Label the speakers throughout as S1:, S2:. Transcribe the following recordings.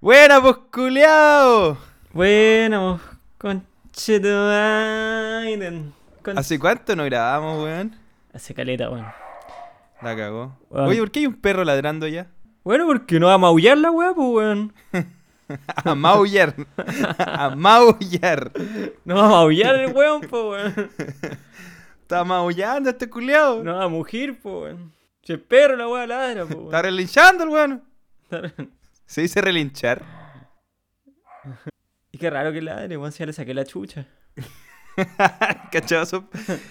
S1: Buena, pues culiao.
S2: Bueno, conchetumainen. Con-
S1: ¿Hace cuánto no grabamos, weón?
S2: Hace caleta, weón.
S1: La cagó.
S2: Weón.
S1: Oye, ¿por qué hay un perro ladrando ya?
S2: Bueno, porque no va a maullar la weá, pues, weón.
S1: A maullar. A maullar.
S2: No va a maullar el weón, pues, weón.
S1: Está maullando este culiao.
S2: No va a mugir, pues, weón. Si el perro la weá ladra, pues,
S1: Está
S2: weón.
S1: relinchando el weón. ¿Se dice relinchar?
S2: Y qué raro que ladre, weón, si ya le saqué la chucha.
S1: ¿Cachado esos,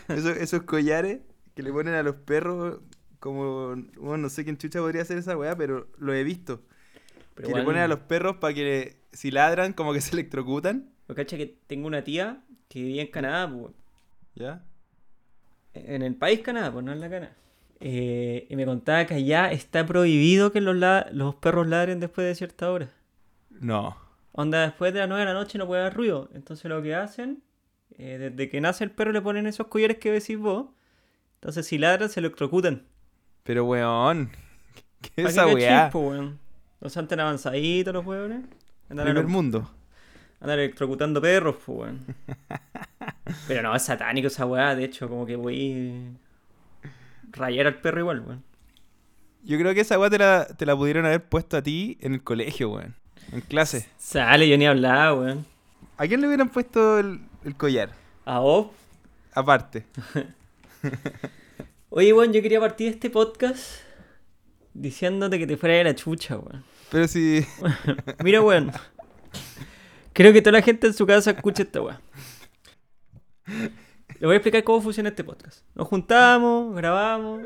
S1: esos- esos collares que le ponen a los perros? Como, bueno, no sé quién chucha podría hacer esa weá, pero lo he visto.
S2: Pero
S1: que
S2: igual,
S1: le ponen a los perros para que si ladran, como que se electrocutan.
S2: lo cacha que tengo una tía que vivía en Canadá, pues, weón.
S1: ¿Ya?
S2: En el país Canadá, pues, no en la Canadá. Eh, y me contaba que allá está prohibido que los, la- los perros ladren después de cierta hora.
S1: No.
S2: Onda, después de las 9 de la noche no puede haber ruido. Entonces lo que hacen, eh, desde que nace el perro le ponen esos collares que decís vos. Entonces si ladran se electrocutan.
S1: Pero weón. ¿Qué
S2: Pa'
S1: es
S2: que
S1: esa
S2: cachis,
S1: weá?
S2: po, weón. No sean tan avanzaditos los huevones. Andan,
S1: Primer
S2: elec-
S1: mundo.
S2: andan electrocutando perros, po, weón. Pero no, es satánico esa weá, de hecho, como que voy rayar al perro igual, weón.
S1: Yo creo que esa weá te la, te la pudieron haber puesto a ti en el colegio, weón. En clase.
S2: Sale, yo ni hablaba, weón.
S1: ¿A quién le hubieran puesto el, el collar?
S2: A vos.
S1: Aparte.
S2: Oye, weón, yo quería partir este podcast diciéndote que te fuera de la chucha, weón.
S1: Pero si.
S2: Mira, weón. Creo que toda la gente en su casa escucha esta weá. Le voy a explicar cómo funciona este podcast. Nos juntamos, grabamos.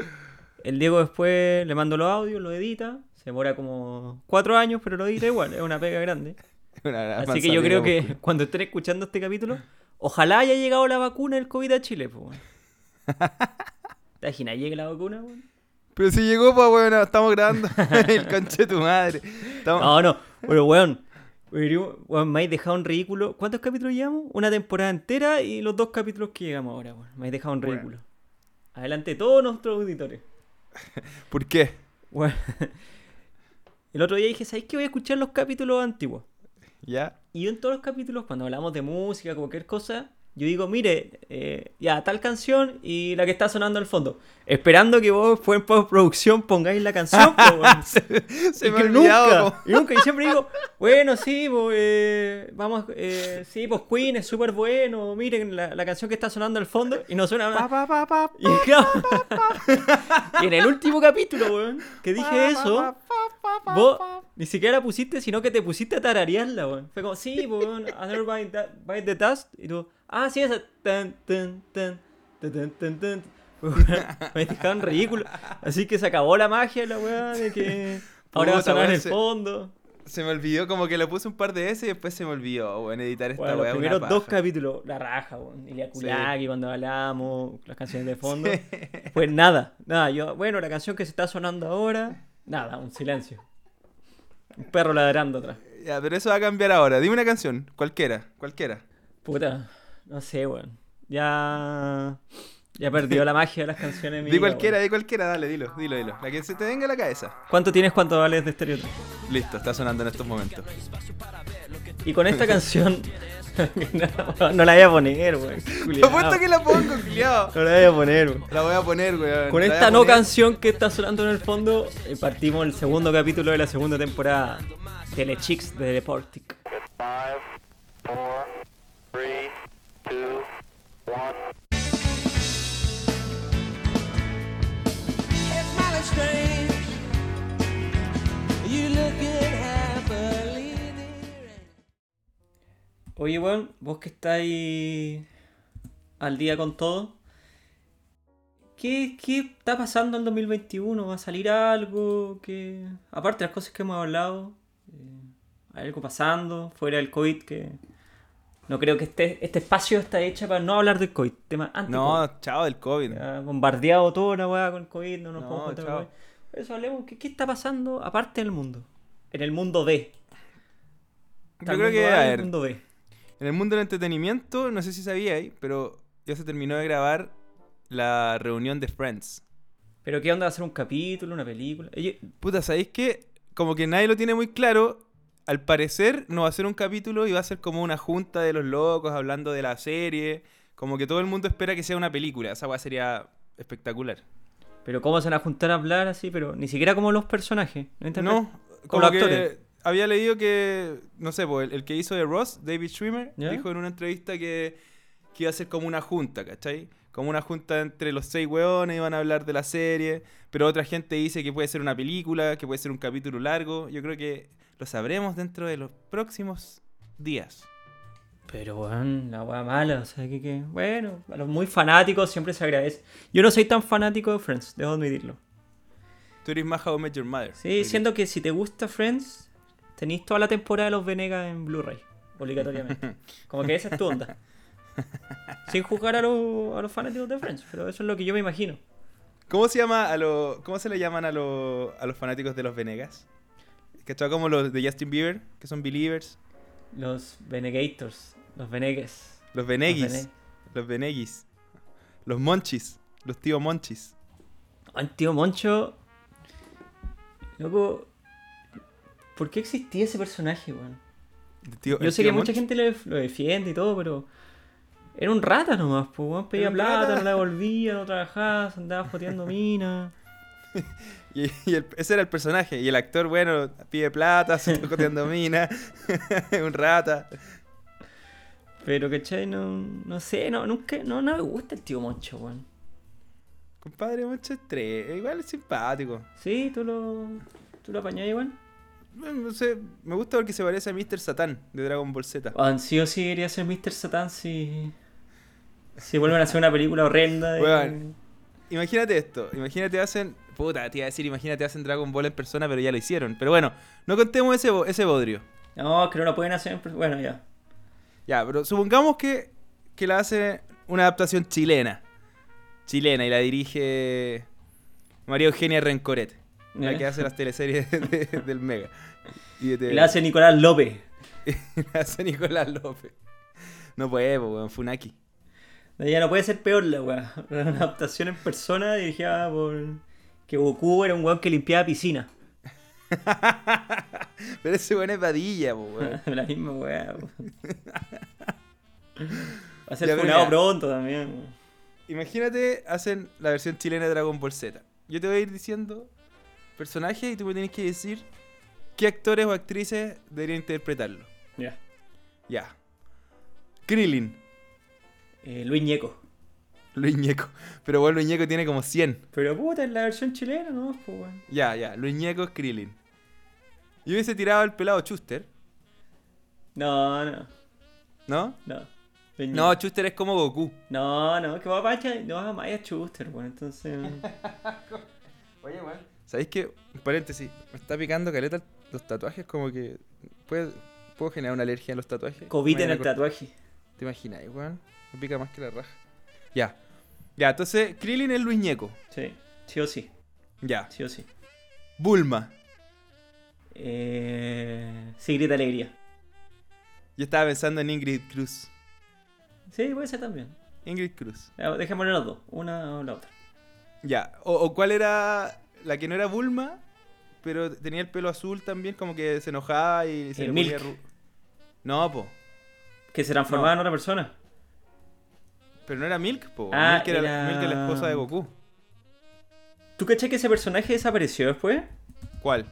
S2: El Diego después le mando los audios, lo edita. Se demora como cuatro años, pero lo edita igual. Es una pega grande.
S1: Una
S2: Así que yo creo
S1: manzanera,
S2: que cuando estén escuchando este capítulo, ojalá haya llegado la vacuna del COVID a Chile, pues, weón. ¿Te imaginas llegue la vacuna, weón?
S1: pues. Pero si llegó, pues weón, estamos grabando. el conche de tu madre. Estamos-
S2: No, no, pero weón, weón, weón, me habéis dejado un ridículo. ¿Cuántos capítulos llevamos? Una temporada entera y los dos capítulos que llegamos ahora, weón. Me habéis dejado un
S1: Weón.
S2: ridículo. Adelante todos nuestros auditores.
S1: ¿Por qué?
S2: Weón. El otro día dije, ¿sabéis que voy a escuchar los capítulos antiguos?
S1: ¿Ya?
S2: Y yo en todos los capítulos, cuando hablamos de música, cualquier cosa, yo digo, mire, eh, ya, tal canción y la que está sonando al fondo. Esperando que vos, pues, en postproducción, pongáis la canción, po, weón.
S1: Se
S2: y
S1: me ha
S2: que
S1: olvidado.
S2: nunca, y nunca, y siempre digo, bueno, sí, pues, eh, vamos, eh, sí, pues Queen es súper bueno, miren la, la canción que está sonando al fondo, y no suena
S1: como-
S2: nada.
S1: Pa, pa, pa, pa,
S2: Y, claro, y en el último capítulo, weón, que
S1: pa,
S2: dije eso,
S1: pa, pa, pa, pa,
S2: vos
S1: pa.
S2: ni siquiera la pusiste, sino que te pusiste a tararearla, weón. Fue como, sí, pues, weón, Another by, the- by the Dust, y tú, ah, sí, esa, tan, tan, tan, tan, tan, tan, tan. Weón, Me dejaron ridículo. Así que se acabó la magia, la weá, de que ahora va a
S1: Puta,
S2: sonar
S1: weón,
S2: en el
S1: se-
S2: fondo.
S1: Se me olvidó, como que lo puse un par de veces y después se me olvidó, weón, editar esta
S2: Bueno, los
S1: weá. una
S2: primeros dos
S1: paja.
S2: capítulos, la raja, weón. Ilia
S1: Sí.
S2: Kulaki, cuando hablamos, las canciones de fondo. Pues nada, nada, yo, bueno, la canción que se está sonando ahora, nada, un silencio. Un perro ladrando atrás.
S1: Ya, pero eso va a cambiar ahora. Dime una canción, cualquiera, cualquiera.
S2: Puta, no sé, weón. Ya. Ya perdió la magia de las canciones
S1: Di
S2: mías,
S1: cualquiera,
S2: weón.
S1: di cualquiera, dale, dilo, dilo, dilo. La que se te venga a la cabeza.
S2: ¿Cuánto tienes, cuánto vales de estereotipo?
S1: Listo, está sonando en estos momentos.
S2: Y con esta canción. no, no la voy a poner, weón.
S1: Te apuesto que la pongo, culiao.
S2: No la voy a poner, weón.
S1: La voy a poner, weón.
S2: Con
S1: la voy a
S2: esta no
S1: poner.
S2: canción que está sonando en el fondo, eh, partimos el segundo capítulo de la segunda temporada. Telechicks de Deportic.
S3: Five, four, three, two, one.
S4: It's mighty strange. You look good happily, dear.
S2: Oye, weón, vos que estáis al día con todo, ¿qué, qué está pasando en 2021? ¿Va a salir algo? ¿Qué... Aparte de las cosas que hemos hablado, eh, ¿hay algo pasando fuera del COVID? que No creo que este, este espacio está hecho para no hablar del COVID. Tema anti-COVID.
S1: No, chao del COVID.
S2: Ha bombardeado toda la weá con COVID, no nos
S1: No,
S2: podemos contar
S1: chao.
S2: weá. Por eso hablemos, ¿qué, ¿qué está pasando aparte del mundo? En el mundo D.
S1: Yo
S2: Está
S1: creo
S2: el mundo
S1: que,
S2: A y
S1: a
S2: el
S1: ver,
S2: mundo B.
S1: en el mundo del entretenimiento, no sé si sabíais, pero ya se terminó de grabar la reunión de Friends.
S2: Pero qué onda, hacer un capítulo, una película. Oye,
S1: Puta, ¿sabéis qué? Como que nadie lo tiene muy claro. al parecer no va a ser un capítulo y va a ser como una junta de los locos hablando de la serie. Como que todo el mundo espera que sea una película. Esa weá sería espectacular.
S2: Pero cómo se van a juntar a hablar así, pero ni siquiera como los personajes. No, interpre-
S1: No,
S2: Con
S1: como
S2: los
S1: que
S2: actores.
S1: había leído que, no sé, pues, el, el que hizo de Ross, David Schwimmer,
S2: ¿Ya?
S1: dijo en una entrevista que, que iba a ser como una junta, ¿cachai? Como una junta entre los seis hueones, iban a hablar de la serie, pero otra gente dice que puede ser una película, que puede ser un capítulo largo. Yo creo que lo sabremos dentro de los próximos días.
S2: Pero bueno, la weá mala, o sea que, que- Bueno, a los muy fanáticos siempre se agradece. Yo no soy tan fanático de Friends, debo admitirlo.
S1: Tú eres más How I Met Your Mother.
S2: Sí,
S1: Ricky.
S2: siendo que si te gusta Friends, tenéis toda la temporada de los Venegas en Blu-ray, obligatoriamente. Como que esa es tu onda. Sin juzgar a, los- a los fanáticos de Friends, pero eso es lo que yo me imagino.
S1: ¿Cómo se llama a los cómo se le llaman a, los a los fanáticos de los Venegas? ¿Cachai? Como los de Justin Bieber, que son believers.
S2: Los Venegators, los Venegues.
S1: Los
S2: los
S1: Veneguis.
S2: Vene-
S1: Los Veneguis. Los Monchis. Los tíos Monchis.
S2: Ay, tío Moncho. Loco. ¿Por qué existía ese personaje, weón?
S1: El tío-
S2: Yo
S1: el
S2: sé que
S1: tío
S2: mucha
S1: Monch.
S2: gente lo, def- lo defiende y todo, pero. Era un rata nomás, pues, weón. Pedía
S1: Era un
S2: plata,
S1: rata.
S2: no la devolvía, no trabajaba, se andaba joteando mina.
S1: Y, y el- ese era el personaje. Y el actor, bueno, pide plata, se está coteando mina. un rata.
S2: Pero, ¿cachai? No, no sé, no, nunca. No, no me gusta el tío Moncho, weón.
S1: Compadre Moncho es tres. Igual es simpático.
S2: ¿Sí? ¿Tú lo, tú lo apañás igual?
S1: Bueno, no sé, me gusta porque se parece a Mr. Satán de Dragon Ball Z.
S2: Weón, sí o sí quería ser Mr. Satan si. Si vuelven a hacer una película horrenda. de-
S1: Weón. Imagínate esto, imagínate hacen. Puta, te iba a decir, imagínate hacen Dragon Ball en persona, pero ya lo hicieron. Pero bueno, no contemos ese, bo- ese bodrio.
S2: No, que no lo pueden hacer. pero Bueno, ya.
S1: Ya, pero supongamos que, que la hace una adaptación chilena. Chilena, y la dirige María Eugenia Rencoret, la
S2: Ya.
S1: que hace las teleseries de- de- del Mega. Y de
S2: Y
S1: TV.
S2: la hace Nicolás López.
S1: la hace Nicolás López. No puede, po, weón, Funaki.
S2: Ya no puede ser peor la weá. Una adaptación en persona dirigida por. Que Goku era un weón que limpiaba piscina.
S1: Pero ese weón es vadilla, po, weón.
S2: la misma weá. weón. Va a ser
S1: Ya, pero
S2: funado
S1: mira.
S2: pronto también. weón.
S1: Imagínate, hacen la versión chilena de Dragon Ball Z. Yo te voy a ir diciendo personajes y tú me tienes que decir qué actores o actrices deberían interpretarlo.
S2: Ya.
S1: Ya. Krillin,
S2: Eh, Luis Ñeco.
S1: Luis Ñeco. Pero bueno, Luis Ñeco tiene como 100.
S2: Pero puta, es la versión chilena, ¿no? Pues weón.
S1: Ya, ya. Luis Ñeco es Krillin. Yo hubiese tirado al pelado Chuster,
S2: No, no,
S1: ¿no?
S2: no. Luis
S1: No,
S2: Ñeco.
S1: Chuster es como Goku.
S2: No, no, que va a no vas a Maya Schuster, weón. Entonces.
S1: Oye, weón. ¿Sabéis qué? Un paréntesis. Me está picando caleta los tatuajes, como que. ¿Puedo, puedo generar una alergia en los tatuajes?
S2: COVID en
S1: Mañana
S2: el
S1: cort-
S2: tatuaje.
S1: ¿Te imaginas, weón? Me pica más que la raja. Ya. Ya, entonces, Krillin es Luis Ñeco.
S2: Sí, sí o sí,
S1: Ya.
S2: sí o sí.
S1: Bulma.
S2: Eh. Secreta Alegría.
S1: Yo estaba pensando en Ingrid Cruz.
S2: Sí, puede ser también.
S1: Ingrid Cruz.
S2: Ya, Dejémosle las dos, una o la otra.
S1: Ya. O, o cuál era la que no era Bulma, pero tenía el pelo azul también, como que se enojaba y se
S2: Eh,
S1: ponía
S2: Milk.
S1: ru- No, po.
S2: Que se transformaba
S1: No.
S2: en otra persona.
S1: Pero no era Milk, po.
S2: Ah,
S1: Milk, era la-
S2: era-
S1: Milk era la esposa de Goku.
S2: ¿Tú caché que ese personaje desapareció después?
S1: ¿Cuál?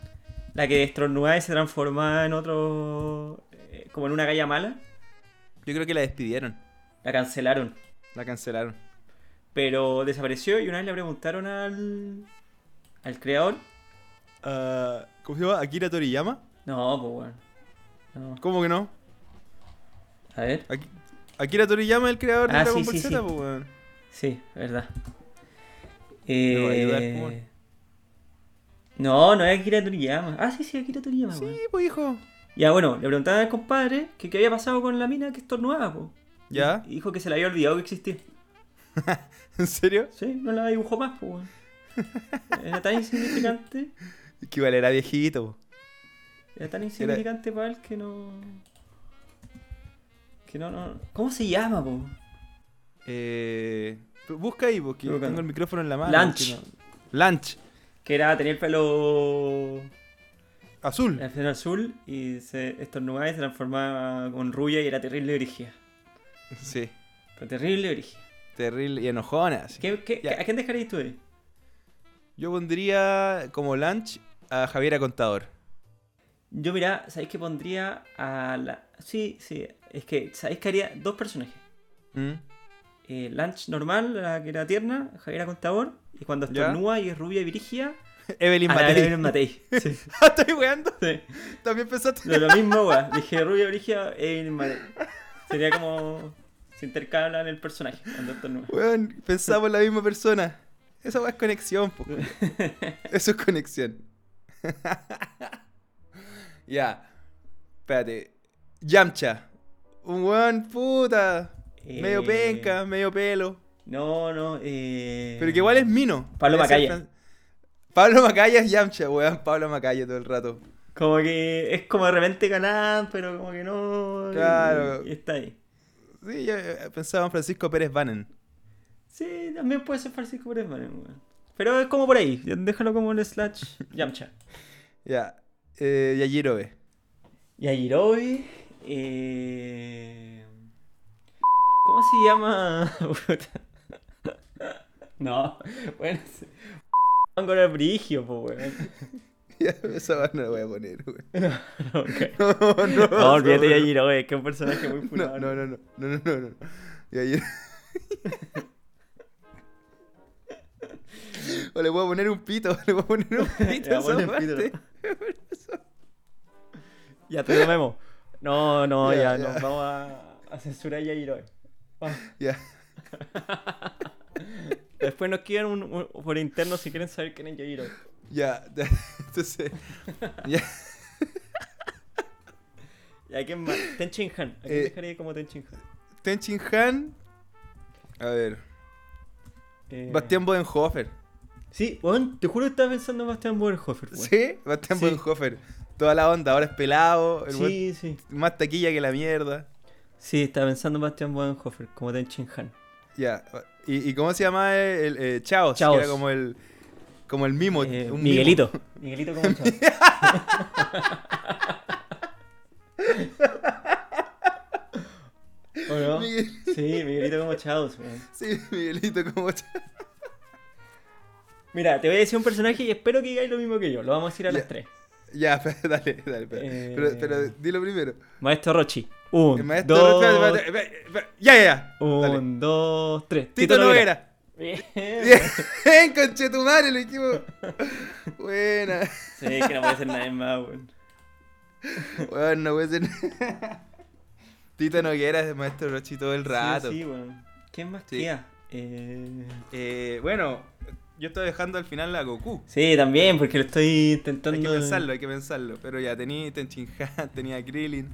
S2: La que estornudaba y se transformaba en otro. eh, como en una galla mala.
S1: Yo creo que la despidieron.
S2: La cancelaron.
S1: La cancelaron.
S2: Pero desapareció y una vez le preguntaron al. al creador.
S1: Ah, ¿Cómo se llama? ¿Akira Toriyama?
S2: No, pues bueno. No.
S1: ¿Cómo que no?
S2: A ver.
S1: Aki- Akira Toriyama es el creador de
S2: Ah,
S1: Dragon
S2: sí,
S1: Ball
S2: sí,
S1: Z,
S2: sí.
S1: po, weón.
S2: Sí, verdad.
S1: va a ayudar,
S2: Eh,
S1: pues.
S2: No, no es Akira Toriyama. Ah, sí, sí, Akira Toriyama,
S1: Sí,
S2: weón.
S1: pues hijo.
S2: Ya, bueno, le preguntaban al compadre que qué había pasado con la mina que estornudaba, po.
S1: ¿Ya?
S2: Y dijo que se le había olvidado que existía.
S1: ¿En serio?
S2: Sí, no la dibujó más, po, weón. Era tan insignificante,
S1: Es que igual era viejito. po.
S2: era tan insignificante para él que no... Que no, no... ¿Cómo se llama, po?
S1: Eh, pero busca ahí, porque
S2: Estoy buscando.
S1: tengo el micrófono en la mano.
S2: Lunch.
S1: que no- Lunch.
S2: Que era tener pelo...
S1: Azul.
S2: La enfermera azul y se estornudaba y se transformaba con rubia y era terrible origen.
S1: Sí.
S2: Pero terrible origen.
S1: Terrible y enojona. así.
S2: ¿Qué, qué,
S1: Ya.
S2: ¿A quién dejarías tú ahí?
S1: Yo pondría como lunch a Javiera Contador.
S2: Yo, mira, ¿sabéis que pondría a la. Sí, sí, es que, ¿sabéis que haría dos personajes?
S1: ¿Mm?
S2: Eh, Lunch normal, la que era tierna, Javiera Contador, y cuando
S1: Ya.
S2: estornúa y es rubia y virigia,
S1: Evelyn
S2: a la
S1: Matei.
S2: Evelyn Matei. Sí,
S1: Estoy weando.
S2: sí.
S1: También pensaste.
S2: Lo, lo mismo, weá. Dije rubia virigia, Evelyn Matei. Sería como. Se intercalan el personaje cuando estornuda.
S1: Weón, pensamos en la misma persona. Esa weá es conexión, po. Eso es conexión. ya. Espérate. Yamcha. Un weón, puta. Medio
S2: Eh.
S1: penca, medio pelo.
S2: No, no, eh.
S1: Pero que igual es Mino.
S2: Pablo
S1: Puede ser
S2: Macaya.
S1: fran- Pablo Macaya es Yamcha, weón. Pablo Macaya todo el rato.
S2: Como que es como de repente galán, pero como que no. y-
S1: Claro.
S2: Y está ahí.
S1: Sí, yo eh, pensaba en Francisco Pérez Bannon.
S2: Sí, también puede ser Francisco Pérez Marín, weón. Pero es como por ahí. Déjalo como el slash Yamcha.
S1: Ya. Eh, Yajirobe.
S2: Y a Jirobe, eh... ¿Cómo se llama? Puta. no, bueno. se- Con el brigio, po, weón.
S1: Ya, esa weá no la voy a poner, weón.
S2: Ok.
S1: No, no.
S2: No,
S1: esa
S2: olvídate
S1: weá no.
S2: de Yajirobe, que es un personaje muy
S1: No,
S2: fulano.
S1: no, no, no, no, no, no, no. Y ayer... o le voy a poner un pito, le voy a poner un pito
S2: Ya,
S1: a esa
S2: ponle un pito.
S1: parte.
S2: Ya te lo memo. No, no,
S1: Ya,
S2: ya,
S1: ya.
S2: nos vamos a, a censurar a Yajirobe. Vamos.
S1: Ya,
S2: Después nos quedan un, un- por interno si quieren saber quién es Yajirobe.
S1: ya, ya, entonces, ya,
S2: ¿Y a quién más? Ten Shin Han. ¿A quién
S1: Eh,
S2: dejaría como Ten Shin Han?
S1: Tenchin Han, a ver,
S2: Eh,
S1: Bastián Bodenhofer,
S2: Sí, weón, te juro que estaba pensando en Bastian Bodenhofer, weón.
S1: ¿sí? Bastián
S2: Sí.
S1: Bodenhofer, toda la onda, ahora es pelado, el weón
S2: sí, sí.
S1: más taquilla que la mierda,
S2: Sí, estaba pensando en Bastian Bodenhofer como Ten Shin Han.
S1: ya, ¿Y, y cómo se llama el, el- eh, Chaos? Que
S2: Chaos.
S1: era como el, como el mimo,
S2: Eh,
S1: un mimo.
S2: Miguelito. Miguelito como chavo. ¿O no?
S1: Miguel-
S2: Sí, Miguelito como Chaos, weón.
S1: Sí, Miguelito como Chaos.
S2: Mira, te voy a decir un personaje y espero que digáis lo mismo que yo. Lo vamos a decir a
S1: Ya.
S2: las tres.
S1: Ya, pero dale, dale, pero,
S2: Eh.
S1: pero, pero dilo primero.
S2: Maestro Rochi.
S1: El
S2: Un,
S1: maestro.
S2: dos,
S1: espérate, espérate, espérate, espérate, ya, ya, ya.
S2: un,
S1: Dale.
S2: dos, tres.
S1: Tito Noguera.
S2: Bien.
S1: Bien, conchetumare, lo hicimos. Buena.
S2: Sí, que no puede ser nadie más, weón.
S1: Bueno, no puede ser. Tito Noguera es el maestro Rochi todo el rato.
S2: Sí, o sí, weón. ¿Quién más
S1: Sí.
S2: queda? Eh...
S1: Eh, bueno, yo estoy dejando al final la Goku.
S2: Sí, también, porque lo estoy intentando.
S1: Hay que pensarlo, hay que pensarlo. Pero ya, tenía Tenchinhan, tenía Krillin.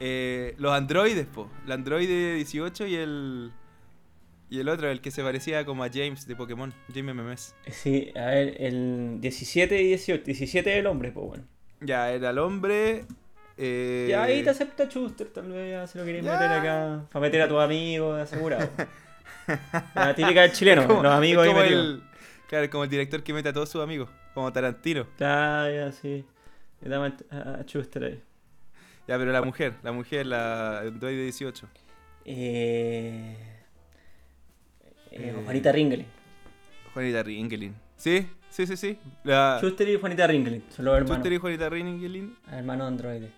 S1: Eh, los androides, po. El androide 18 y el. Y el otro, el que se parecía como a James de Pokémon. James MMS.
S2: Sí, a ver, el 17 y 18. 17 es el hombre, pues bueno.
S1: Ya, era el hombre. eh,
S2: Ya ahí te acepta Schuster, tal vez ya se lo queréis
S1: Ya.
S2: meter acá. Para meter a tus amigos, asegurado. La típica del chileno,
S1: como-
S2: los amigos
S1: es
S2: ahí
S1: como
S2: metidos.
S1: el, Claro, como el director que mete a todos sus amigos. Como Tarantino.
S2: Claro, ya, sí. Le damos a a Schuster ahí.
S1: Ya, pero la mujer, la mujer, la androide 18.
S2: Eh. eh,
S1: Eh.
S2: Juanita Ringling.
S1: Juanita Ringelin. ¿Sí? Sí, sí, sí. La.
S2: Schuster y Juanita Ringling, son los hermanos.
S1: Chuster y Juanita Ringelin.
S2: Hermano androide.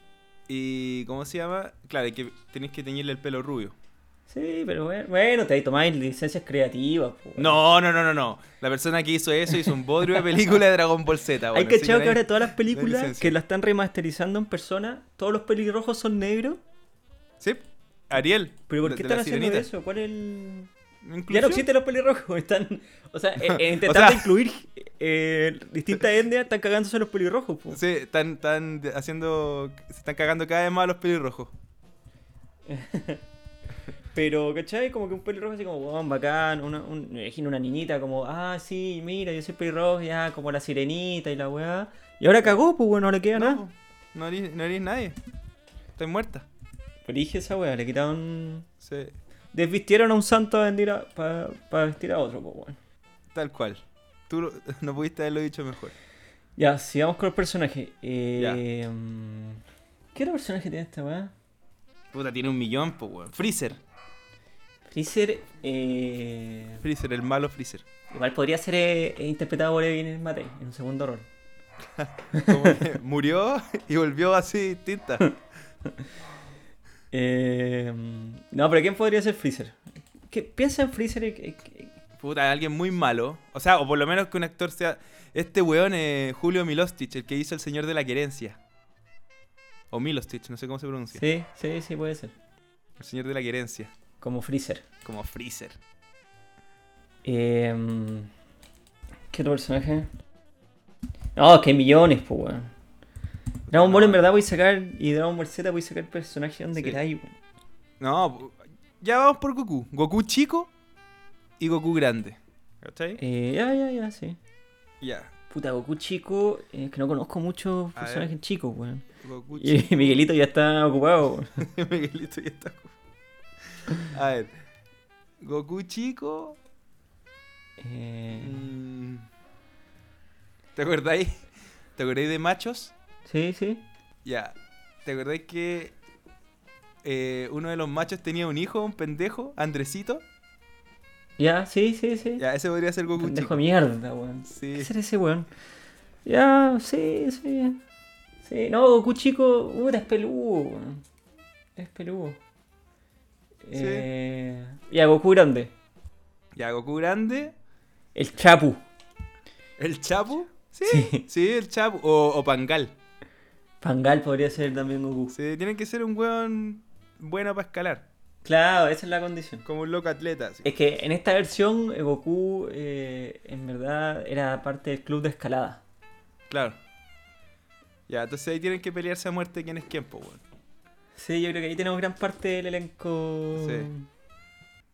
S1: ¿Y cómo se llama? Claro, hay que tenéis que teñirle el pelo rubio.
S2: Sí, pero bueno, bueno te ahí tomáis licencias creativas. po, weón.
S1: No, no, no, no, no. La persona que hizo eso hizo un bodrio de película de Dragon Ball Z.
S2: Hay
S1: bueno, así
S2: cachado
S1: no
S2: que ahora todas las películas
S1: licencia.
S2: que la están remasterizando en persona, todos los pelirrojos son negros.
S1: Sí, Ariel.
S2: ¿Pero por
S1: de-
S2: qué
S1: de
S2: están
S1: la
S2: haciendo
S1: Sirenita.
S2: eso? ¿Cuál es el...? Ya no
S1: ¿Inclusión?
S2: existen los pelirrojos. Están, o sea, eh, eh, intentando
S1: sea-
S2: incluir eh, distintas etnias, están cagándose los pelirrojos. po.
S1: Sí, están, están de- haciendo. Se están cagando cada vez más a los pelirrojos.
S2: Pero, ¿cachai? Como que un pelirrojo así como, weón, bacán. Una, un, me imagino una niñita como, ah, sí, mira, yo soy pelirrojo, ya, como la sirenita y la weá. Y ahora cagó, pues bueno, no le queda nada.
S1: No, no eres, no eres nadie. Estás muerta.
S2: Pero dije esa weá, le quitaron.
S1: Sí,
S2: Desvistieron a un santo para pa, pa vestir a otro, pues bueno.
S1: tal cual. Tú lo- no pudiste haberlo dicho mejor.
S2: Ya, sigamos con los personajes. Eh, mm, ¿Qué otro personaje tiene esta weá?
S1: Puta, tiene un millón, po, weón. Freezer.
S2: Freezer, eh,
S1: Freezer, el malo Freezer.
S2: igual podría ser eh, interpretado por Evelyn Matei en un segundo rol.
S1: Como que murió y volvió así distinta.
S2: Eh, no, pero ¿quién podría ser Freezer? ¿Qué, piensa en Freezer. y- y- y-
S1: Puta, alguien muy malo. O sea, o por lo menos que un actor sea. Este weón es Julio Milostich, el que hizo El Señor de la Querencia. O Milostich, no sé cómo se pronuncia.
S2: Sí, sí, sí, puede ser.
S1: El Señor de la Querencia.
S2: Como Freezer.
S1: Como Freezer.
S2: Eh, ¿Qué otro personaje? No, es que hay millones, pues, weón. Dragon Ball en verdad voy a sacar. Y Dragon Ball Z voy a sacar personajes donde
S1: Sí.
S2: queráis, weón.
S1: No, pu- ya vamos por Goku. Goku chico y Goku grande. ¿Cachai?
S2: Eh, ya, ya, ya, sí.
S1: Ya.
S2: Puta, Goku chico, eh, que no conozco muchos
S1: A ver.
S2: personajes chicos, weón.
S1: Goku chico.
S2: Y Miguelito ya está ocupado, weón.
S1: Miguelito ya está. ocupado. A ver. Goku chico.
S2: Eh,
S1: mm, ¿Te acordáis? ¿Te acordáis de machos?
S2: sí, sí.
S1: Ya. ¿Te acordáis que eh, uno de los machos tenía un hijo, un pendejo, Andresito?
S2: Ya, sí, sí, sí.
S1: Ya, ese podría ser Goku
S2: Pendejo
S1: chico.
S2: de mierda, weón.
S1: Sí.
S2: ¿Qué será ese weón? Ya, sí, sí. Sí, no, Goku chico, puta, es peludo, weón. Es peludo. Eh, ya, Goku grande.
S1: Ya, Goku grande.
S2: El Chapu.
S1: ¿El Chapu? Sí.
S2: Sí.
S1: Sí, el Chapu. O, o Pangal.
S2: Pangal podría ser también Goku.
S1: Sí, tienen que ser un weón bueno para escalar.
S2: Claro, esa es la condición.
S1: Como un loco atleta. así.
S2: Es que en esta versión eh, Goku eh, en verdad era parte del club de escalada.
S1: Claro. Ya, entonces ahí tienen que pelearse a muerte quién es quién, po, weón.
S2: Sí, yo creo que ahí tenemos gran parte del elenco.
S1: Sí.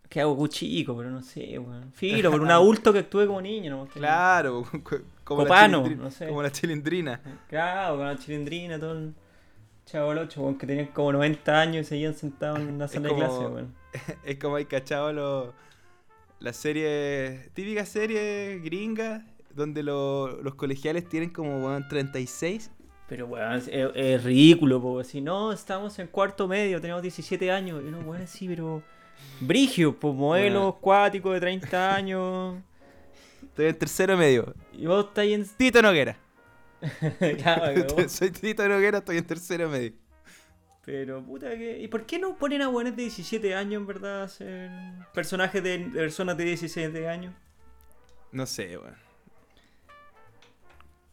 S2: Que hago Goku chico, pero no sé, weón. Filo, por un adulto que actúe como niño, nomás que-
S1: Claro, co- co- como,
S2: Copano,
S1: la chilindri-
S2: no sé.
S1: como la chilindrina.
S2: Claro, con la chilindrina, todo el chavalocho, weón, que tenían como 90 años y seguían sentados en una sala
S1: como-
S2: de clase, weón.
S1: Es como hay cachado los las series, típicas series gringas, donde lo- los colegiales tienen como weón, 36.
S2: Pero, weón, es, es- es ridículo, po. Si no, estamos en cuarto medio, tenemos 17 años. Y uno, weón, sí, pero. Brigio, pues modelo
S1: Weón.
S2: acuático de 30 años.
S1: Estoy en tercero medio.
S2: Y vos estáis en.
S1: Tito Noguera.
S2: Claro, que vos-
S1: Soy Tito Noguera, estoy en tercero medio.
S2: Pero puta que. ¿Y por qué no ponen a buenos de 17 años, en verdad, a ser personajes de de personas de 17 años?
S1: No sé, weón.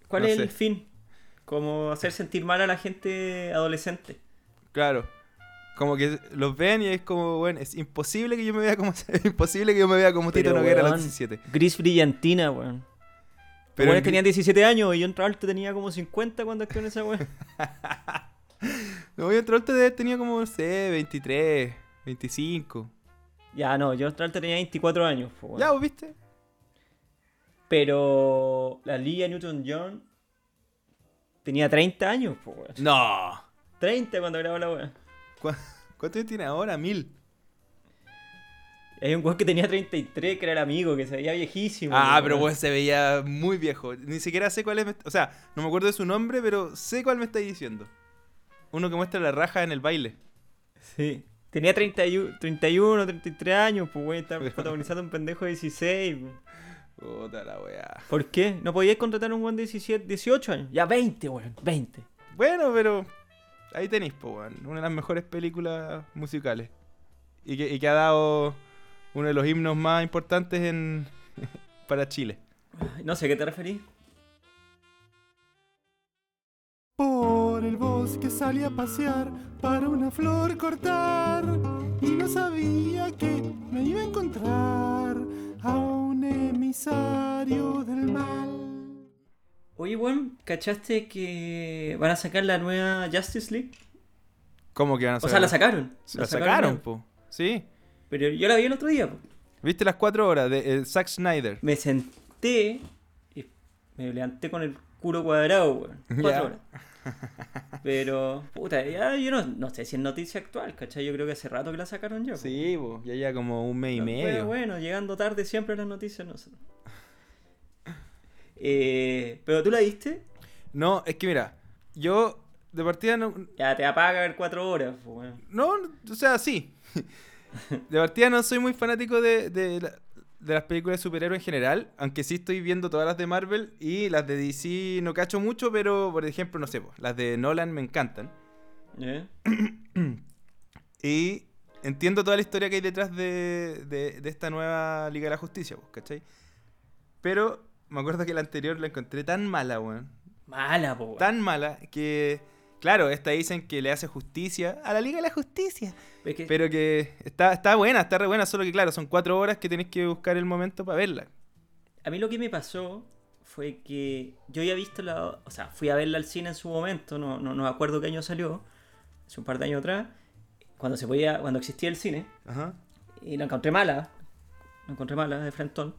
S2: ¿Cuál
S1: No
S2: es
S1: sé.
S2: el fin? Como hacer sentir mal a la gente adolescente.
S1: Claro. Como que los ven y es como, bueno, es imposible que yo me vea como es imposible que yo me vea como Tito
S2: Pero,
S1: Noguera a los
S2: weón,
S1: 17.
S2: Gris brillantina, weón. Pero
S1: Pero el-
S2: tenían 17 años y yo en Travolta tenía como 50 cuando actuó en esa weón.
S1: No, yo entró antes de tenía como, no sé, 23, 25.
S2: ya, no, yo en Travolta tenía 24 años, po, weón.
S1: Ya, ¿vos viste?
S2: Pero la Liga Newton-John tenía 30 años, po, weón.
S1: No.
S2: 30 cuando grabó la weón.
S1: ¿Cuánto ¿Cuántos tiene ahora? Mil.
S2: Hay un weón que tenía 33, que era el amigo, que se veía viejísimo.
S1: Ah,
S2: po,
S1: pero bueno, se veía muy viejo. Ni siquiera sé cuál es. me- O sea, no me acuerdo de su nombre, pero sé cuál me estáis diciendo. Uno que muestra la raja en el baile.
S2: Sí. Tenía 31, 31, 33 años, pues, güey, estar protagonizando un pendejo de 16. güey.
S1: Puta la weá.
S2: ¿Por qué? No podíais contratar a un güey de 17, 18 años. Ya 20, weón, 20.
S1: Bueno, pero. Ahí tenéis, po, weón. Una de las mejores películas musicales. Y que, y que ha dado uno de los himnos más importantes en para Chile.
S2: Ay, No sé a qué te referís.
S5: Por el bosque salí a pasear para una flor cortar y no sabía que me iba a encontrar a un emisario del mal.
S2: Oye, weón, ¿cachaste que van a sacar la nueva Justice League?
S1: ¿Cómo que van a
S2: O
S1: sacar
S2: sea, la sacaron.
S1: La sacaron,
S2: ya.
S1: po. Sí.
S2: Pero yo la vi el otro día, po.
S1: ¿Viste las cuatro horas de eh, Zack Snyder?
S2: Me senté y me levanté con el culo cuadrado, weón. Cuatro
S1: Ya.
S2: horas. Pero, puta, ya yo no, no sé si es noticia actual, ¿cachai? Yo creo que hace rato que la sacaron ya. po.
S1: Sí, po. Ya ya como un mes y
S2: Bueno,
S1: medio.
S2: Bueno, llegando tarde siempre a las noticias, no sé. Eh, Pero tú la viste.
S1: No, es que mira, yo de partida no,
S2: Ya te apaga ver cuatro horas, pues, weón.
S1: No, o sea, sí. De partida no soy muy fanático de, de la- de las películas de superhéroes en general, aunque sí estoy viendo todas las de Marvel y las de DC no cacho mucho, pero por ejemplo, no sé, po, las de Nolan me encantan.
S2: ¿Eh?
S1: Y entiendo toda la historia que hay detrás de, de- de esta nueva Liga de la Justicia, po, ¿cachai? Pero me acuerdo que la anterior la encontré tan mala, weón.
S2: Mala, pues, weón.
S1: Tan mala que, claro, esta dicen que le hace justicia a la Liga de la Justicia.
S2: Es que-
S1: Pero que está, está buena, está re buena, solo que claro, son cuatro horas que tenés que buscar el momento para verla.
S2: A mí lo que me pasó fue que yo había visto la. O sea, fui a verla al cine en su momento, no, no, no me acuerdo qué año salió, hace un par de años atrás, cuando se podía, cuando existía el cine,
S1: Ajá.
S2: y la encontré mala, la encontré mala de Frentón.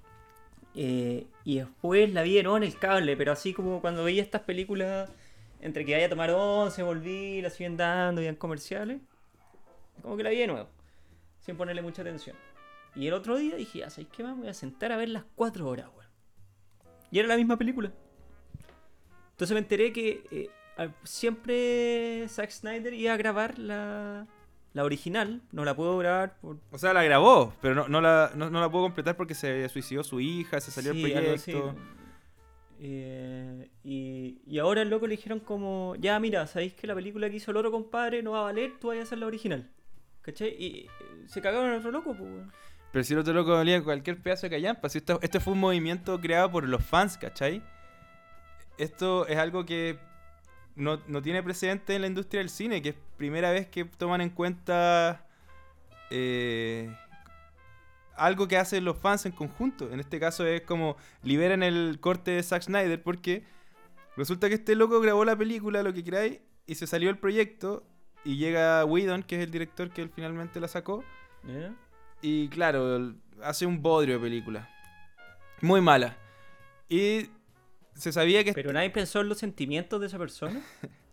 S2: Eh, y después la vi ¿no? en el cable, pero así como cuando veía estas películas, entre que vaya a tomar once, volví, la siguen dando, y en comerciales, como que la vi de nuevo, sin ponerle mucha atención. Y el otro día dije, ya, ¿sabes qué más? Me voy a sentar a ver las cuatro horas, weón. Y era la misma película. Entonces me enteré que eh, al- siempre Zack Snyder iba a grabar la, la original, no la puedo grabar por,
S1: O sea, la grabó, pero no, no, la, no, no la pudo completar porque se suicidó su hija, se salió
S2: Sí,
S1: el
S2: algo así.
S1: proyecto.
S2: Eh, y, y ahora el loco le dijeron como, ya mira, sabéis que la película que hizo el otro compadre no va a valer, tú vas a hacer la original. ¿Cachai? Y eh, se cagaron al otro loco, pues. weón.
S1: Pero si el otro loco dolía cualquier pedazo de callampa. Si esto, este fue un movimiento creado por los fans, ¿cachai? Esto es algo que no, no tiene precedente en la industria del cine, que es primera vez que toman en cuenta eh, algo que hacen los fans en conjunto. En este caso es como liberan el corte de Zack Snyder porque resulta que este loco grabó la película, lo que queráis, y se salió el proyecto y llega Whedon, que es el director que él finalmente la sacó.
S2: ¿Eh?
S1: Y claro, el- hace un bodrio de película. Muy mala. Y se sabía que
S2: Pero nadie pensó en los sentimientos de esa persona.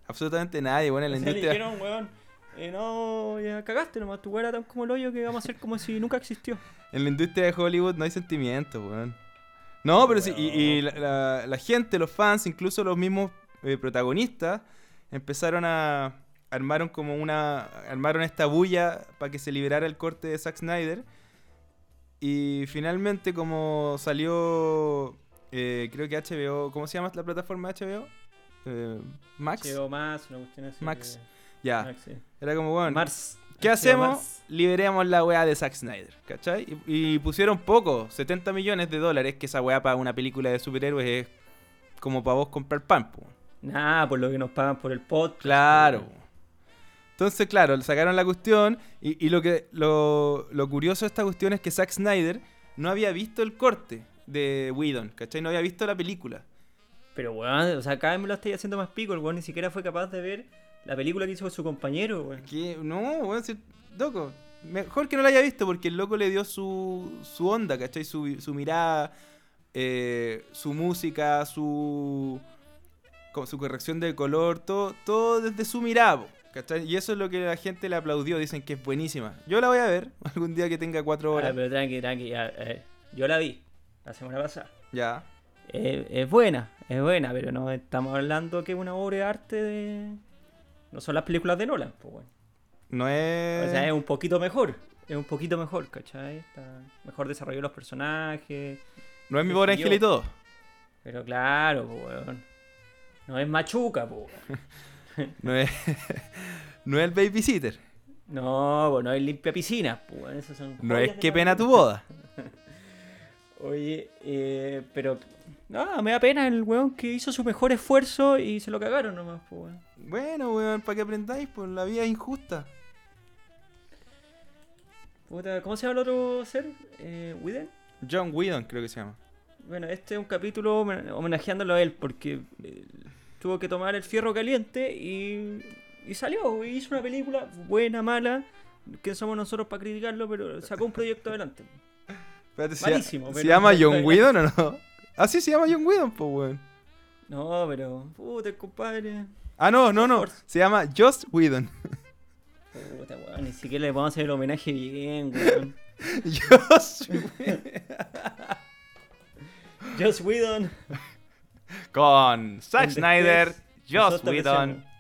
S1: absolutamente nadie, bueno, en la
S2: O sea, le
S1: industria.
S2: dijeron, weón, eh, no, ya cagaste nomás, tu weón era tan como el hoyo que vamos a hacer como si nunca existió.
S1: En la industria de Hollywood no hay sentimientos, weón. No, pero sí, y, y la, la- la gente, los fans, incluso los mismos eh, protagonistas, empezaron a. armaron como una. armaron esta bulla para que se liberara el corte de Zack Snyder. Y finalmente, como salió. eh, creo que HBO. ¿Cómo se llama la plataforma de HBO? Eh, Max.
S2: Llegó más, una cuestión así.
S1: Max.
S2: que-
S1: Ya.
S2: Max, sí.
S1: Era como, bueno.
S2: Mars.
S1: ¿Qué
S2: Llegó
S1: hacemos?
S2: Mars.
S1: Liberemos la weá de Zack Snyder, ¿cachai? Y, y pusieron poco, 70 millones de dólares, que esa weá para una película de superhéroes es como para vos comprar pan, po.
S2: Nah, por lo que nos pagan por el podcast.
S1: Claro. Entonces, claro, le sacaron la cuestión y, y lo, que, lo, lo curioso de esta cuestión es que Zack Snyder no había visto el corte de Whedon, ¿cachai? No había visto la película.
S2: Pero, weón, o sea, cada vez me lo estoy haciendo más pico. El weón ni siquiera fue capaz de ver la película que hizo con su compañero, weón.
S1: Que, no, weón, si- loco. Mejor que no la haya visto porque el loco le dio su, su onda, ¿cachai? Su, su mirada, eh, su música, su, con su corrección de color, todo, todo desde su mirada, po, ¿cachai? Y eso es lo que la gente le aplaudió, dicen que es buenísima. Yo la voy a ver algún día que tenga cuatro
S2: Ah,
S1: horas.
S2: pero tranqui, tranqui. ya, eh, yo la vi la semana pasada.
S1: Ya.
S2: Eh, es buena, es buena, pero no estamos hablando que es una obra de arte de. No son las películas de Nolan, pues, weón.
S1: No es...
S2: O sea, es un poquito mejor. Es un poquito mejor, ¿cachai? Está mejor desarrollo de los personajes.
S1: no es mi pobre
S2: yo.
S1: ángel y todo.
S2: Pero claro, pues, weón. No es machuca, pues, weón.
S1: No es... no es el babysitter.
S2: No, pues no es limpia piscina, pues, weón. Esas son
S1: No
S2: joyas
S1: es
S2: de
S1: qué
S2: la
S1: pena tu
S2: película.
S1: boda.
S2: Oye, eh, pero. No, me da pena el weón que hizo su mejor esfuerzo y se lo cagaron nomás, pues, weón.
S1: Bueno, weón, para que aprendáis, pues la vida es injusta.
S2: Puta, ¿cómo se llama el otro ser? Eh, ¿Widen?
S1: John Whedon creo que se llama.
S2: Bueno, este es un capítulo homen- homenajeándolo a él porque eh, tuvo que tomar el fierro caliente y, y salió. y hizo una película buena, mala. ¿Quién somos nosotros para criticarlo? Pero sacó un proyecto adelante.
S1: Espérate, ¿se-
S2: Malísimo,
S1: ¿se,
S2: pero-
S1: llama John Whedon o no? Ah, sí, se llama John Whedon, pues, weón.
S2: No, pero. Puta, compadre.
S1: Ah, no, no, no.
S2: Force.
S1: Se llama Just Whedon.
S2: Puta, weón. Ni siquiera le podemos hacer el homenaje bien, weón.
S1: Just Whedon.
S2: Just Whedon.
S1: con Zack
S2: Un
S1: Snyder,
S2: después,
S1: Joss
S2: nosotros
S1: Whedon.
S2: decíamos,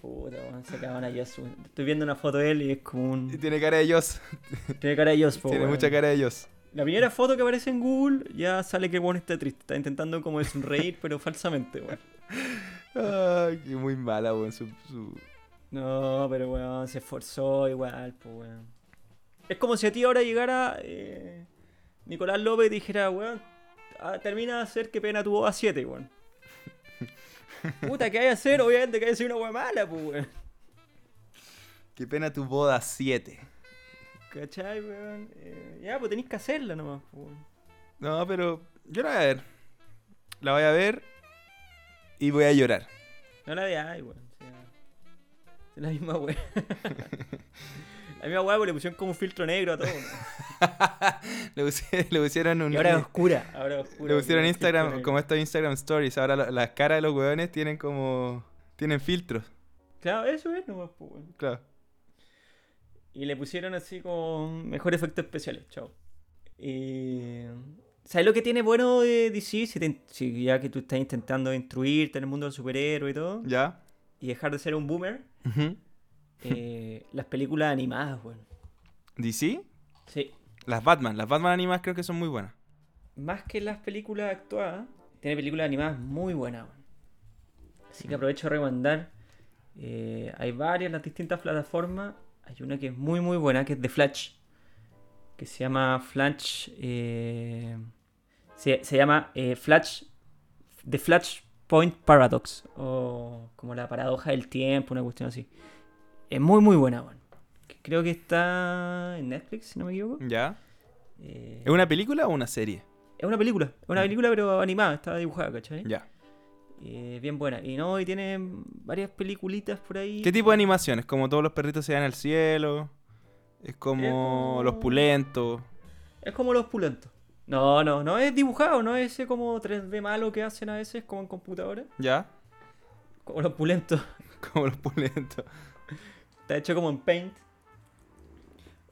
S2: Puta, weón, se acaban a Joss Whedon. Estoy viendo una foto de él y es como
S1: Y
S2: un.
S1: Tiene cara de Joss,
S2: Tiene cara de Joss, po,
S1: tiene
S2: weón.
S1: mucha cara de Joss.
S2: La primera foto que aparece en Google ya sale que bueno está triste. Está intentando como de sonreír, pero falsamente, weón.
S1: Ay, qué muy mala, weón. su- su-
S2: No, pero weón, se esforzó igual, pues weón. Es como si a ti ahora llegara eh, Nicolás López y dijera, weón, ah, termina de hacer que pena tuvo a 7, weón. Puta, ¿qué hay que hacer? Obviamente que hay que hacer una weá mala, pues weón.
S1: Qué pena tu boda 7.
S2: ¿Cachai, weón? Eh, ya, pues tenéis que hacerla nomás, pues weón.
S1: No, pero yo la voy a ver. La voy a ver y voy a llorar.
S2: No la veáis, weón. o sea, es la misma weón. la misma weá, pues le pusieron como un filtro negro a todo. weón.
S1: le, pusi- le pusieron un...
S2: Y ahora es oscura. Ahora es oscura.
S1: Le pusieron
S2: weón, filtro
S1: Instagram,
S2: negro.
S1: como estos Instagram Stories. Ahora la- las caras de los hueones tienen como... Tienen filtros,
S2: Claro, eso es nomás, pues weón.
S1: claro.
S2: Y le pusieron así como mejor efectos especiales, chao. Y... ¿Sabes lo que tiene bueno de DC? Si te- si ya que tú estás intentando instruirte en el mundo del superhéroe y todo,
S1: ¿Ya?
S2: y dejar de ser un boomer,
S1: Ujú.
S2: eh, las películas animadas, weón.
S1: ¿DC?
S2: Sí.
S1: Las Batman. Las Batman animadas creo que son muy buenas.
S2: Más que las películas actuadas, tiene películas animadas muy buenas, weón. Así que aprovecho de recomendar. eh, hay varias, las distintas plataformas. Hay una que es muy, muy buena, que es de Flash. que se llama Flash. eh, se, se llama eh, Flash. The Flashpoint Paradox. O como la paradoja del tiempo, una cuestión así. Es muy, muy buena, weón. Que Creo que está en Netflix, si no me equivoco.
S1: ¿Ya?
S2: Eh,
S1: ¿Es una película o una serie?
S2: es una película, es una película pero animada, está dibujada, ¿cachai?
S1: Mm. Ya.
S2: Eh, bien buena. Y no, y tiene varias peliculitas por ahí.
S1: ¿Qué tipo de animación? ¿Es como todos los perritos se dan al cielo? ¿Es como,
S2: Es como-
S1: los pulentos?
S2: Es como los pulentos. No, no, no es dibujado, no es ese como 3D malo que hacen a veces como en computadora.
S1: ¿Ya?
S2: Como los pulentos.
S1: Como los pulentos.
S2: Está hecho como en Paint.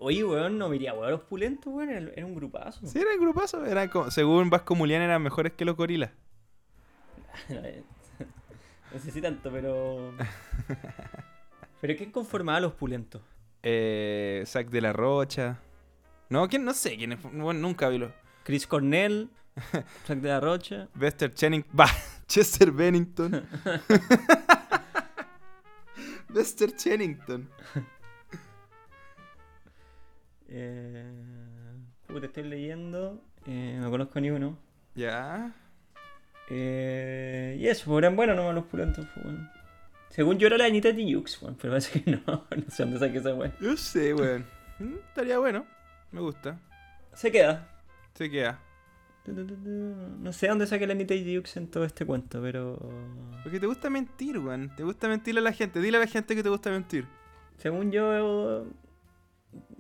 S2: Oye, weón, no miría, weón, los pulentos, weón, era era un grupazo.
S1: Sí, era el grupazo. Eran como- según Vasco Mulián eran mejores que los gorilas.
S2: no sé si tanto, pero. Pero ¿quién conformaba a los pulentos?
S1: Eh, Zack de la Rocha. No, ¿quién? no sé quién es. Bueno, nunca vi los...
S2: Chris Cornell, Jack de la Rocha.
S1: Chester Channing. Bah, Chester Bennington. Chester Chennington.
S2: Eh... Puta, estoy leyendo. eh, no conozco ni uno.
S1: Ya.
S2: Eh... Y eso, pues eran buenos nomás los pulentos, pues, weón. Según yo era la Anita de Yux, weón, pero parece que no. No sé dónde saqué esa weón.
S1: Yo sé, weón. Mm, Estaría bueno. Me gusta.
S2: Se queda.
S1: Se queda.
S2: No sé dónde saqué la Anita y Dukes en todo este cuento, pero.
S1: Porque te gusta mentir, weón. Te gusta mentir a la gente. Dile a la gente que te gusta mentir.
S2: Según yo.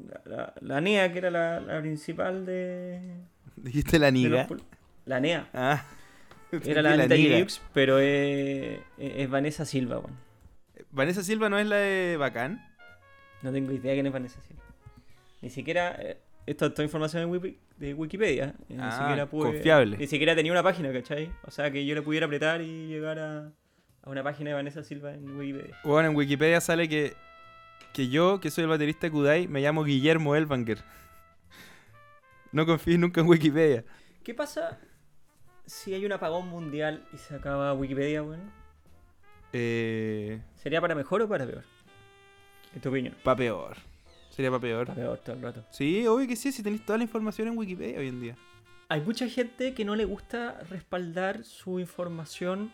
S2: La, la- la NEA, que era la, la principal de.
S1: Dijiste la
S2: de
S1: niga.
S2: los pol- la NEA.
S1: Ah.
S2: Era
S1: Entendí,
S2: la Anita y
S1: niga.
S2: Dukes, pero es, es Vanessa Silva, weón.
S1: Vanessa Silva no es la de Bacán.
S2: No tengo idea quién es Vanessa Silva. Ni siquiera. eh, Esto es toda información de, Wiki- de Wikipedia. eh, Ni
S1: Ah,
S2: siquiera pude-
S1: confiable.
S2: Ni siquiera tenía una página, ¿cachai? O sea, que yo le pudiera apretar y llegar a, a una página de Vanessa Silva en Wikipedia.
S1: Bueno, en Wikipedia sale que, que yo, que soy el baterista de Kudai, me llamo Guillermo Elvanger. No confíes nunca en Wikipedia.
S2: ¿Qué pasa si hay un apagón mundial y se acaba Wikipedia, weón?
S1: Eh,
S2: ¿Sería para mejor o para peor? En tu opinión.
S1: pa' peor. Sería pa' peor.
S2: Para peor todo el rato.
S1: Sí, obvio que sí, si tenéis toda la información en Wikipedia hoy en día.
S2: Hay mucha gente que no le gusta respaldar su información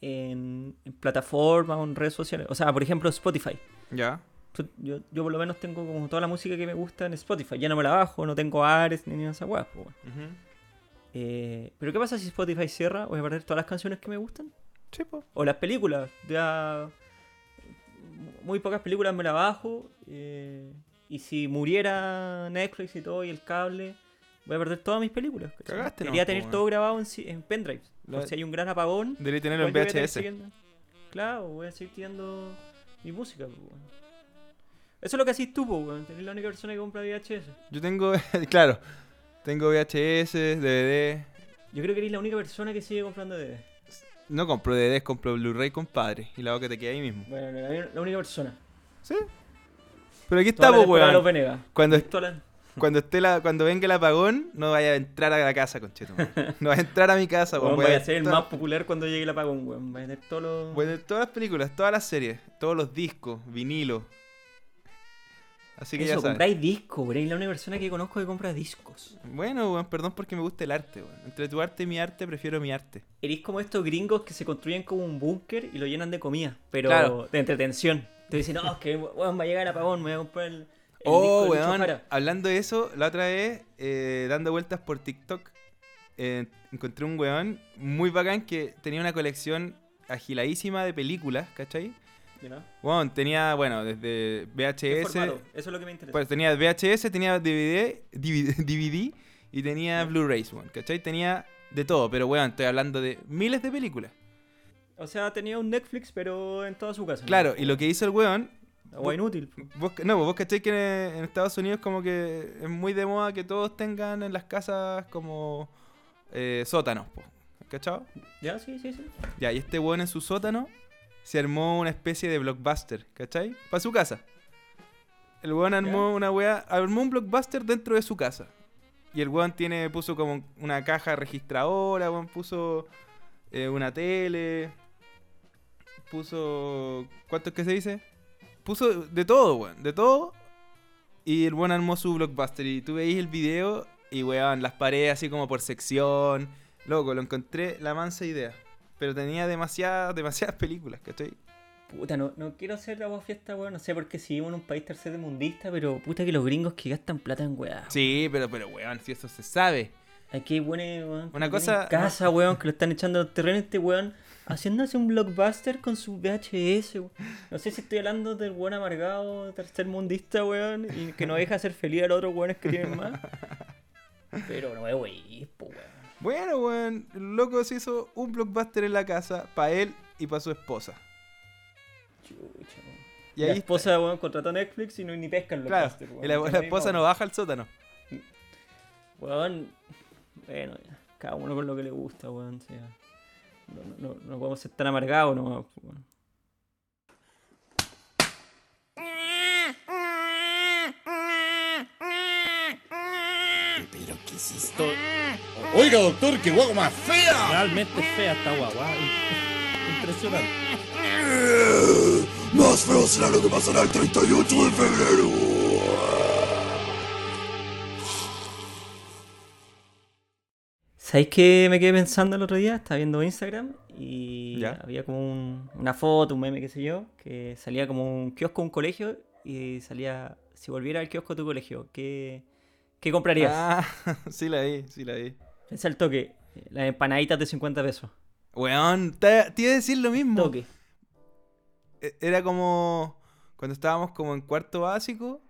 S2: en, en plataformas o en redes sociales. O sea, por ejemplo, Spotify.
S1: Ya.
S2: Tú- Yo, yo por lo menos tengo como toda la música que me gusta en Spotify. Ya no me la bajo, no tengo Ares ni nada de esa weá, po, weón. Eh, Pero ¿qué pasa si Spotify cierra? ¿Voy a perder todas las canciones que me gustan?
S1: Sí, po.
S2: O las películas. Ya. Muy pocas películas me la bajo. eh, y si muriera Netflix y todo y el cable, voy a perder todas mis películas. ¿cachai?
S1: Cagaste
S2: Quería
S1: nomás,
S2: tener
S1: po,
S2: todo grabado en, si- en pendrives.
S1: La-
S2: Por si hay un gran apagón.
S1: Debería tenerlo en
S2: igual yo voy a
S1: VHS.
S2: seguir tirando- Claro, voy a seguir tirando mi música. po, weón. Eso es lo que hacís tú, po, weón. Tenés la única persona que compra VHS.
S1: Yo tengo, claro, tengo VHS, DVD,
S2: Yo creo que eres la única persona que sigue comprando DVDs.
S1: No compro DVDs, compro Blu-ray, compadre. Y la boca te queda ahí mismo.
S2: Bueno, no, la, la única persona.
S1: ¿Sí? Pero aquí
S2: Toda la
S1: estamos,
S2: temporada de Los
S1: weón.
S2: Venegas.
S1: Cuando,
S2: Toda la-
S1: cuando, esté la, cuando venga el apagón, no vaya a entrar a la casa, conchito. No vaya a entrar a mi casa,
S2: Weón,
S1: weón.
S2: vaya a ser el
S1: estar-
S2: más popular cuando llegue el apagón, weón. Vaya a tener todos los.
S1: Bueno, todas las películas, todas las series, todos los discos, vinilo. Así que
S2: Eso,
S1: ya sabes.
S2: compráis discos, weón. Eres la única persona que conozco que compra discos.
S1: Bueno, weón, perdón porque me gusta el arte, weón. Entre tu arte y mi arte, prefiero mi arte.
S2: Eres como estos gringos que se construyen como un búnker y lo llenan de comida, pero
S1: Claro.
S2: de entretención. Te dicen, no, es que weón, va a llegar el apagón, me voy a comprar el. el
S1: Oh,
S2: disco de Lucho
S1: weón.
S2: Jara".
S1: Hablando de eso, la otra vez, eh, dando vueltas por TikTok, eh, encontré un weón muy bacán que tenía una colección agiladísima de películas, ¿cachai?
S2: ¿Ya?
S1: Weón, tenía, bueno, desde
S2: ¿Qué
S1: VHS.
S2: formato? Eso es lo que me interesa.
S1: Pues tenía VHS, tenía DVD, DVD, DVD, y tenía Blu-rays, weón, ¿cachai? Tenía de todo, pero weón, estoy hablando de miles de películas.
S2: O sea, tenía un Netflix, pero en toda su casa. ¿no?
S1: Claro, y lo que hizo el weón
S2: O inútil. po.
S1: Vos, no, pues vos cachai que en, en Estados Unidos como que es muy de moda que todos tengan en las casas como eh, sótanos, po, ¿cachao?
S2: Ya, sí, sí, sí.
S1: Ya, y este weón en su sótano se armó una especie de blockbuster, ¿cachai? Para su casa. El weón armó una weá, armó un blockbuster dentro de su casa. Y el weón tiene, puso como una caja registradora, weón, puso eh, una tele, puso... ¿Cuánto es que se dice? Puso de todo, weón, de todo. Y el weón armó su blockbuster. Y tú veis el video y, weón, las paredes así como por sección. Loco, lo encontré la mansa idea. Pero tenía demasiadas, demasiadas películas, ¿cachai?
S2: Puta, no, no quiero hacer la voz fiesta, weón. No sé por qué si vivimos en un país tercermundista, pero puta que los gringos que gastan plata en weá.
S1: Sí, pero, pero, weón, si eso se sabe.
S2: Aquí hay buenos, weón. que
S1: Una
S2: lo
S1: cosa-
S2: tienen en casa, weón, que lo están echando al terreno este weón. Haciéndose un blockbuster con su VHS, weón. No sé si estoy hablando del weón amargado, tercermundista, weón, y que no deja ser feliz a los otros weones que tienen más. Pero no es wey, po, weón.
S1: Bueno, weón, el loco se hizo un blockbuster en la casa para él y para su esposa.
S2: Chucha, weón.
S1: Y
S2: la
S1: ahí está.
S2: esposa, weón, contrató a Netflix y no, ni pesca el
S1: Claro,
S2: blockbuster,
S1: y la, la esposa no baja al sótano.
S2: Weón, bueno, ya, cada uno con lo que le gusta, weón. o sea, no, no, no- no podemos ser tan amargados, no, weón.
S6: Pero qué es esto. Oiga, doctor, qué guagua más fea. Realmente fea esta guagua. ¿eh? Impresionante. Más feo será lo que pasará el 38 de febrero.
S2: ¿Sabéis qué me quedé pensando el otro día? Estaba viendo Instagram y
S1: Ya.
S2: había como un- una foto, un meme, qué sé yo, que salía como un kiosco, un colegio y salía, si volviera al kiosco tu colegio, ¿qué, qué comprarías?
S1: Ah, sí la vi, sí la vi.
S2: Pensé al toque, eh, las empanaditas de 50 pesos.
S1: Weón, te, te iba a decir lo mismo.
S2: Toque.
S1: E- Era como cuando estábamos como en cuarto básico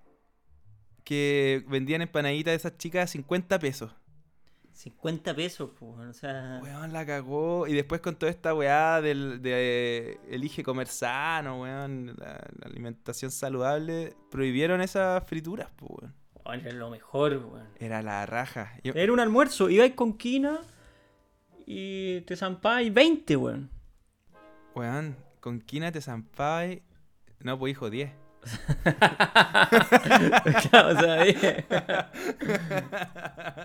S1: que vendían empanaditas de esas chicas a 50 pesos.
S2: 50 pesos, pues, o sea...
S1: Weón, la cagó. Y después con toda esta weá del, de eh, elige comer sano, weón, la, la alimentación saludable, prohibieron esas frituras, po, weón.
S2: weón, Oh, Era lo mejor, weón.
S1: Era la raja. Yo-
S2: Era un almuerzo, ibais con quina y te zampáis 20, weón.
S1: Weón, con quina te zampai. No, pues hijo, 10.
S2: Claro, o sea, eh.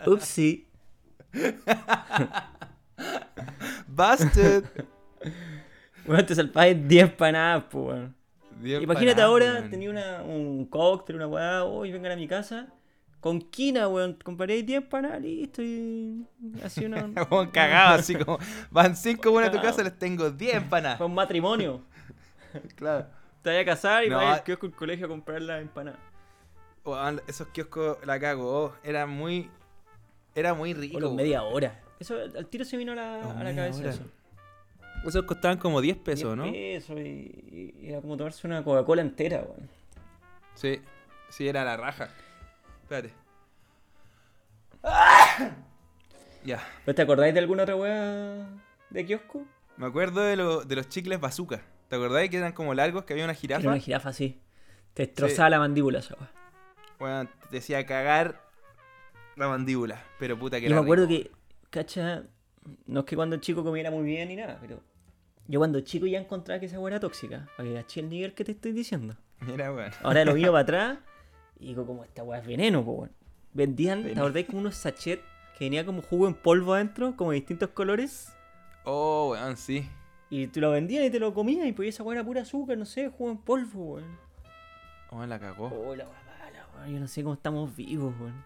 S2: Upsi.
S1: ¡Busted!
S2: Weón, te zampáis 10 panadas, po, weón.
S1: Diez
S2: Imagínate
S1: empanadas,
S2: ahora,
S1: weón.
S2: tenía una- un cóctel, una weá, hoy vengan a mi casa. Con quina, weón, comparé 10 panadas, listo, y así una...
S1: Weón, cagado, así como. Van 5 buenas a tu casa, les tengo 10
S2: Fue
S1: empanadas.
S2: un matrimonio.
S1: Claro.
S2: Te vayas a casar y
S1: No. ah.
S2: vayas al kiosco del colegio a comprar las empanadas.
S1: Weón, esos kioscos la cagó. Era muy. Era muy rico.
S2: O los
S1: weón.
S2: media hora. Eso, al tiro se vino a la,
S1: Los
S2: a la
S1: media
S2: cabeza
S1: hora.
S2: eso.
S1: Esos costaban como 10 pesos,
S2: 10
S1: ¿no?
S2: pesos y, y era como tomarse una Coca-Cola entera, weón.
S1: Sí, sí, era la raja. Espérate. Ya,
S2: ¿Pero te acordáis de alguna otra weá de kiosco?
S1: me acuerdo de, lo- de los chicles bazooka. ¿Te acordáis que eran como largos, que había una jirafa?
S2: Era una jirafa así. Te destrozaba la mandíbula esa weá.
S1: Bueno, te decía cagar la mandíbula, pero puta que
S2: Yo me
S1: era
S2: acuerdo
S1: rico.
S2: que, cacha, No es que cuando chico comiera muy bien ni nada, pero. Yo cuando chico ya encontraba que esa hueá era tóxica. Para que caché el nivel que te estoy diciendo.
S1: Mira, weón.
S2: Ahora lo miro para atrás y digo, como esta weá es veneno, po, weón. Vendían, ¿te acordáis como unos sachets que venía como jugo en polvo adentro, como de distintos colores?
S1: Oh, weón, sí.
S2: Y tú lo vendían y te lo comías y pues esa weá era pura azúcar, no sé, jugo en polvo, weón.
S1: Oh, la cagó.
S2: Oh, la weá mala, weón. Yo no sé cómo estamos vivos, weón.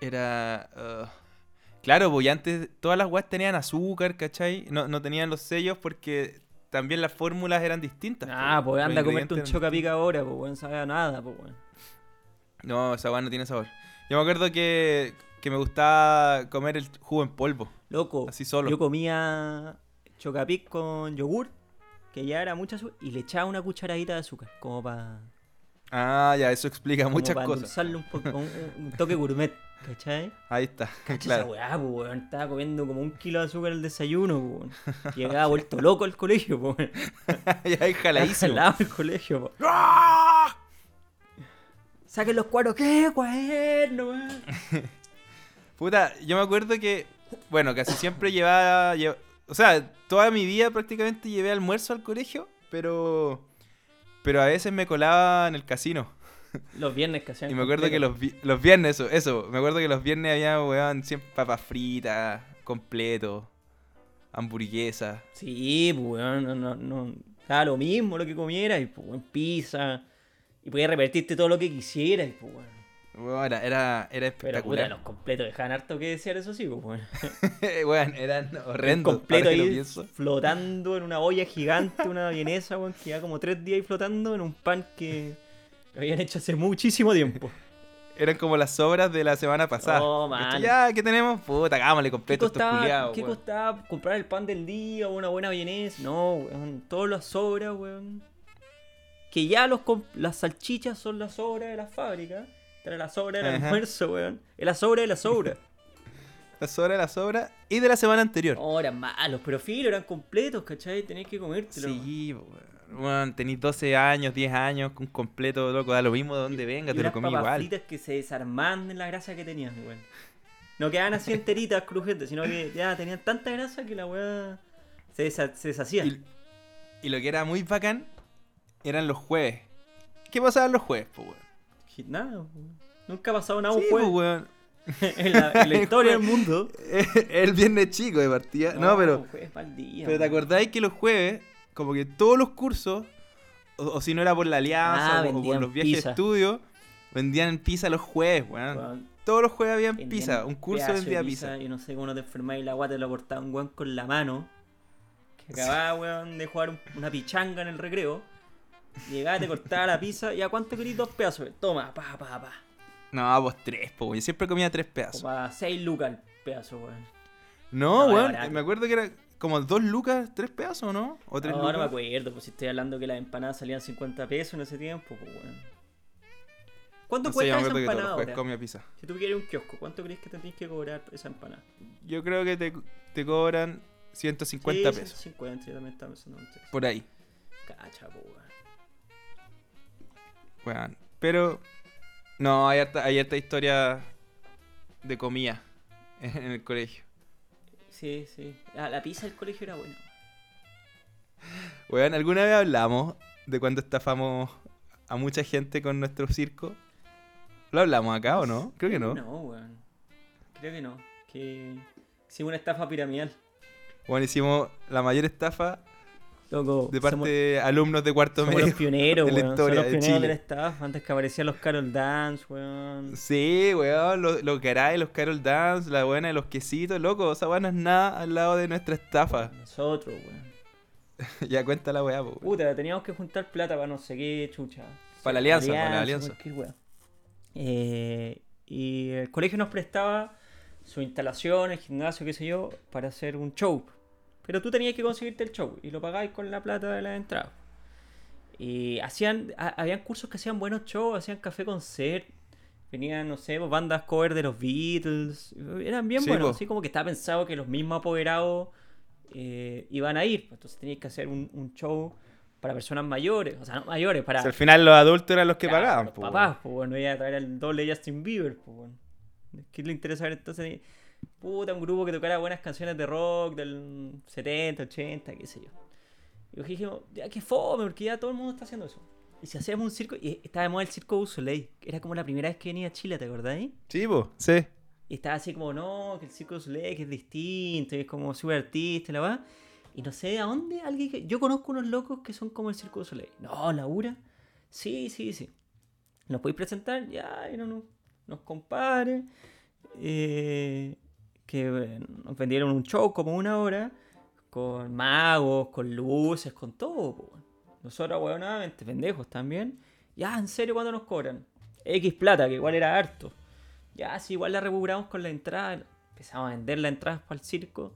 S1: Era. ah, Claro, pues y antes todas las weas tenían azúcar, ¿cachai? No, no tenían los sellos porque también las fórmulas eran distintas.
S2: Ah,
S1: po,
S2: pues
S1: los
S2: anda a comerte un
S1: ingredientes eran
S2: chocapica ahora, pues weón, sabe a nada, pues weón.
S1: No, esa weá no tiene sabor. Yo me acuerdo que, que me gustaba comer el jugo en polvo.
S2: Loco,
S1: Así solo.
S2: yo comía chocapic con yogur, que ya era mucha azúcar, y le echaba una cucharadita de azúcar, como para
S1: Ah, ya, eso explica muchas cosas.
S2: endulzarle un, poco, un, un toque gourmet, ¿cachai?
S1: Ahí está,
S2: Cacha Esa
S1: claro.
S2: weá, po, weón, estaba comiendo como un kilo de azúcar al desayuno, po, weón. Llegaba vuelto loco al colegio, po, weón.
S1: ya ahí jaladísimo.
S2: Jalado al colegio, po. Saquen los cuadros, ¿qué? Cuaderno, weón.
S1: Puta, yo me acuerdo que, bueno, casi siempre llevaba, lle- o sea, toda mi vida prácticamente llevé almuerzo al colegio, pero, pero a veces me colaba en el casino.
S2: Los viernes que hacían.
S1: Y me acuerdo que los, vi- los viernes, eso, eso, me acuerdo que los viernes había, weón, siempre papas fritas, completo, hamburguesas.
S2: Sí, pues, weón, no, no, no. Estaba lo mismo lo que comiera, y pues, weón, pizza. Y podías repetirte todo lo que quisieras, y pues, weón.
S1: Weón, era, era, era
S2: Pero puta,
S1: espectacular.
S2: los completos dejaban harto que desear, eso sí, pues, weón.
S1: Weón, eran horrendos.
S2: completo
S1: ahora que lo
S2: ahí
S1: pienso.
S2: flotando en una olla gigante, una vienesa, weón, que lleva como tres días ahí flotando en un pan que lo habían hecho hace muchísimo tiempo.
S1: Eran como las sobras de la semana pasada.
S2: Oh,
S1: ¿Cachai?
S2: mal.
S1: Ya, ¿qué tenemos? Puta, hagámosle
S2: ¿Qué
S1: completo a estos
S2: costaba,
S1: culiados,
S2: ¿Qué
S1: weón.
S2: costaba comprar el pan del día o una buena vienesa? No, weón, todo lo sobra, weón. Que ya los comp- las salchichas son la sobra de la fábrica. Era la sobra del
S1: Ajá.
S2: almuerzo, weón. Es la sobra de la sobra.
S1: La sobra, la sobra y de la semana anterior.
S2: Oh, eran malos, pero filo, eran completos, ¿cachai? Tenés que comértelo.
S1: sí, po, weón. Weón, tenís 12 años, 10 años, un completo, loco, da lo mismo de donde venga, te
S2: Y
S1: lo
S2: unas
S1: comí
S2: papas
S1: igual.
S2: fritas que se desarmaban de la grasa que tenían, weón. No quedaban así enteritas, crujientes, sino que ya tenían tanta grasa que la weá se, desa- se deshacía.
S1: Y, y lo que era muy bacán eran los jueves. ¿Qué pasaban los jueves, po, weón?
S2: Y Nada, weón. Nunca ha pasado nada un
S1: Sí, pues, po,
S2: juego
S1: weón.
S2: en, la, en la historia del mundo.
S1: El viernes chico de partida. No, pero,
S2: un jueves pa'l día,
S1: pero ¿te
S2: weón.
S1: acordáis que los jueves, como que todos los cursos, o, o si no era por la alianza o-
S2: Ah,
S1: o, por
S2: vendían
S1: los viajes
S2: pizza.
S1: de estudio, vendían pizza los jueves, weón.
S2: Weón,
S1: Todos los jueves habían
S2: vendían
S1: pizza, un curso
S2: pedazo de
S1: vendía pizza.
S2: Yo no sé cómo no te enfermás y la guata lo cortaba un weón con la mano. Que acababa, weón, de jugar un- una pichanga en el recreo. Llegaba, te cortaba la pizza y a cuánto querís dos pedazos. Toma, pa, pa, pa.
S1: No, pues tres, po, yo siempre comía tres pedazos.
S2: Como a 6 lucas el pedazo, weón.
S1: No,
S2: No, era
S1: weón,
S2: barato.
S1: me acuerdo que era como dos lucas, tres pedazos, ¿o ¿no? O tres
S2: No,
S1: lucas.
S2: no me acuerdo, pues si estoy hablando que las empanadas salían 50 pesos en ese tiempo, pues weón. ¿Cuánto
S1: No sé, yo
S2: cuesta
S1: me
S2: esa
S1: acuerdo que todos
S2: empanada
S1: los jueves
S2: ahora?
S1: comía pizza.
S2: Si tú quieres un kiosco, ¿cuánto crees que tendrías que cobrar esa empanada?
S1: Yo creo que te, te cobran 150
S2: Sí,
S1: pesos.
S2: 50, yo también estaba pensando en eso.
S1: Por ahí,
S2: Cacha, pues weón.
S1: weón. Pero, no, hay harta, hay harta historia de comida en el colegio.
S2: Sí, sí. La, la pizza del colegio era buena.
S1: Weón, ¿alguna vez hablamos de cuando estafamos a mucha gente con nuestro circo? ¿Lo hablamos acá o no? Creo que no.
S2: No, weón. Creo que no. Que hicimos una estafa piramidal.
S1: Bueno, hicimos la mayor estafa
S2: Loco,
S1: de parte de alumnos de cuarto
S2: somos, somos
S1: medio.
S2: los pioneros,
S1: de la
S2: weón. Somos
S1: historia
S2: los
S1: de
S2: pioneros
S1: Chile.
S2: de la estafa. Antes que aparecían los Carol Dance, weón.
S1: Sí, weón, los, los Garay, los Carol Dance, la buena de los quesitos, loco, esa buena es nada al lado de nuestra estafa.
S2: Nosotros, weón.
S1: ya cuenta la weá, po, weón.
S2: Puta, teníamos que juntar plata para no sé qué, chucha.
S1: Para la alianza, para la alianza.
S2: cualquier wea. Eh, y el colegio nos prestaba su instalación, el gimnasio, qué sé yo, para hacer un show. Pero tú tenías que conseguirte el show y lo pagáis con la plata de la entrada. Y hacían, ha- habían cursos que hacían buenos shows, hacían café concert. Venían, no sé, pues, bandas cover de los Beatles. Eran bien
S1: Sí,
S2: buenos,
S1: po.
S2: así como que estaba pensado que los mismos apoderados eh, iban a ir. pues, Entonces tenías que hacer un, un show para personas mayores, o sea, no mayores, para
S1: O sea, al final los adultos eran los que
S2: Claro,
S1: pagaban,
S2: los
S1: po,
S2: papás, pues bueno, iba a traer al doble de Justin Bieber, pues bueno. ¿Qué le interesa ver entonces? Puta, un grupo que tocara buenas canciones de rock del 70, 80, qué sé yo. Y yo dije, ya que fome, porque ya todo el mundo está haciendo eso. Y si hacíamos un circo, y estaba de moda el circo du Soleil, que era como la primera vez que venía a Chile, ¿te acordáis?
S1: Sí, po, sí.
S2: Y estaba así como, no, que el Circo du Soleil que es distinto, y es como súper artista y la va. Y no sé a dónde alguien que... Yo conozco unos locos que son como el Circo du Soleil. No, Laura. Sí, sí, sí. ¿Nos podéis presentar? Ya, y no, no- nos compare. Eh, que eh, nos vendieron un show como una hora. Con magos, con luces, con todo. po, weón. Nosotros, huevonadamente, pendejos también. Ya, en serio, ¿cuándo nos cobran? X plata, que igual era harto. Ya, si igual la recuperamos con la entrada. Empezamos a vender la entrada para el circo.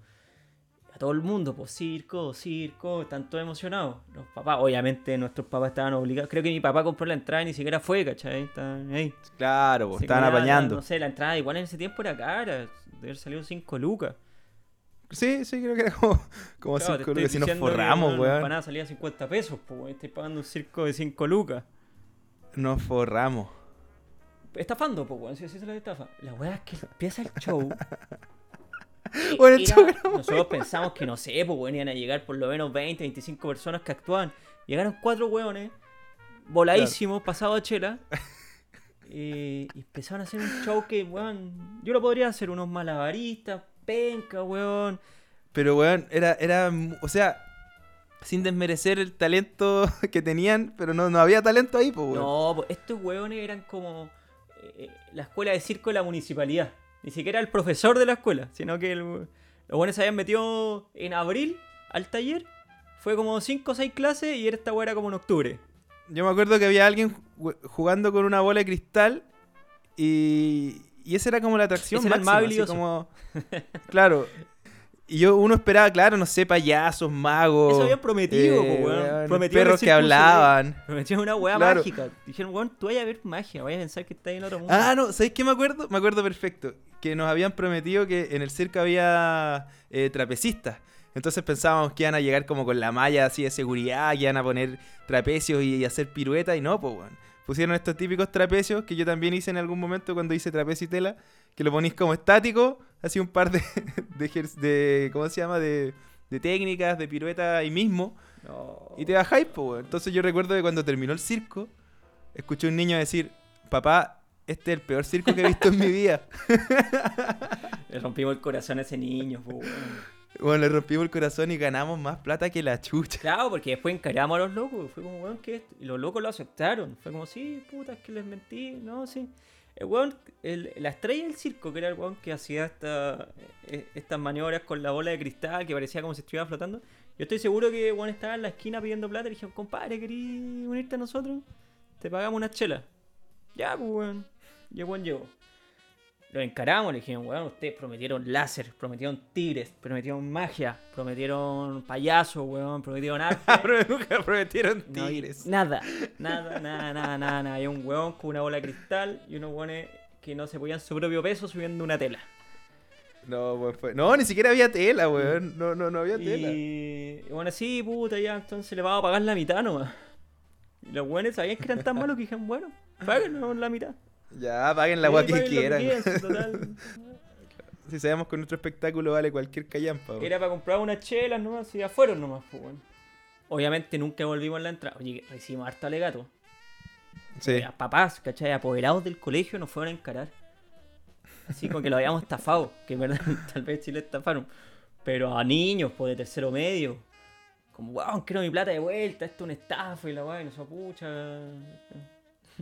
S2: A todo el mundo, pues circo, circo, están todos emocionados. Los papás, obviamente nuestros papás estaban obligados. Creo que mi papá compró la entrada y ni siquiera fue, ¿cachai? Estaban ahí.
S1: Claro, po,
S2: Se
S1: pues, estaban
S2: cobraban,
S1: apañando.
S2: No sé, la entrada igual en ese tiempo era cara. Debe haber salido 5 lucas.
S1: Sí, sí, creo que era como, como
S2: Claro,
S1: cinco
S2: te estoy
S1: lucas. Si nos
S2: diciendo que,
S1: forramos,
S2: weón, La
S1: weón.
S2: empanada salía 50 pesos, pues weón, estoy pagando un circo de 5 lucas.
S1: Nos forramos.
S2: Estafando, pues weón, si así se la estafa. La weá es que empieza el show.
S1: Bueno, el
S2: Era-
S1: show era
S2: Nosotros pensamos que no sé, pues weón, iban a llegar por lo menos 20, 25 personas que actúan. Llegaron cuatro weones, voladísimos, pasados a chela. eh, y empezaron a hacer un show que, weón, yo lo podría hacer, unos malabaristas, penca, weón.
S1: Pero, weón, era, era, mu- o sea, sin desmerecer el talento que tenían, pero no, no había talento ahí, pues, weón.
S2: No, po, estos hueones eran como eh, eh, la escuela de circo de la municipalidad. Ni siquiera el profesor de la escuela, sino que el- los hueones se habían metido en abril al taller. Fue como 5 o 6 clases y esta hueá era como en octubre.
S1: Yo me acuerdo que había alguien ju- jugando con una bola de cristal y, y esa era como la atracción
S2: Ese era el
S1: máxima,
S2: más
S1: así
S2: habilidoso.
S1: como- claro. Y yo, uno esperaba, claro, no sé, payasos, magos. eh,
S2: Eso habían prometido, po, weón. Prometido en el
S1: perros que
S2: circo,
S1: hablaban.
S2: Pero metían una hueá
S1: Claro.
S2: mágica. Dijeron, weón, tú vayas a ver magia, vayas a pensar que estás en otro mundo.
S1: Ah, no, ¿sabéis qué me acuerdo? Me acuerdo perfecto. Que nos habían prometido que en el circo había eh, trapecistas. Entonces pensábamos que iban a llegar como con la malla así de seguridad, que iban a poner trapecios y, y hacer piruetas y no, pues, weón. Pusieron estos típicos trapecios que yo también hice en algún momento cuando hice trapecio y tela, que lo ponís como estático, así un par de, de, ejer- de- ¿cómo se llama? De, de técnicas, de piruetas ahí mismo.
S2: No.
S1: Y te bajáis, po, weón. Entonces yo recuerdo que cuando terminó el circo, escuché a un niño decir, papá, este es el peor circo que he visto en mi vida.
S2: Le rompimos el corazón a ese niño, po, weón.
S1: Bueno, le rompimos el corazón y ganamos más plata que la chucha.
S2: Claro, porque después encaramos a los locos. Fue como, weón, que Y los locos lo aceptaron. Fue como, sí, puta, es que les mentí. No, sí. El weón, el- la estrella del circo, que era el weón que hacía esta- e- estas maniobras con la bola de cristal, que parecía como si estuviera flotando. Yo estoy seguro que el weón estaba en la esquina pidiendo plata y le dijeron, compadre, ¿querís unirte a nosotros? Te pagamos una chela. Ya, pues, weón. Y el weón llegó. Lo encaramos, le dijeron, weón, ustedes prometieron láser, prometieron tigres, prometieron magia, prometieron payaso, weón, prometieron arte.
S1: Pero nunca prometieron
S2: No, y
S1: tigres.
S2: nada, nada, nada, nada, nada, nada. Hay un hueón con una bola de cristal y unos hueones que no se podían su propio peso subiendo una tela.
S1: No, weón, fue- no, ni siquiera había tela, weón. No, no, no había tela.
S2: Y, y bueno, sí, puta, ya, entonces le vamos a pagar la mitad nomás. Y los hueones sabían que eran tan malos que dijeron, bueno, páguenos la mitad.
S1: Ya, paguen la agua
S2: Sí,
S1: que
S2: paguen lo
S1: quieran.
S2: si total.
S1: si sabemos que nuestro espectáculo vale cualquier callampa, weón.
S2: Era para comprar unas chelas nomás y ya fueron nomás, pues, weón. Obviamente nunca volvimos a la entrada. Oye, que recibimos harto alegato.
S1: Sí.
S2: a papás, ¿cachai? Apoderados del colegio nos fueron a encarar. Así como que lo habíamos estafado, que en verdad tal vez sí le estafaron. Pero a niños, pues de tercero medio. Como, wow, quiero mi plata de vuelta, esto es una estafa y la weá, y nos pucha.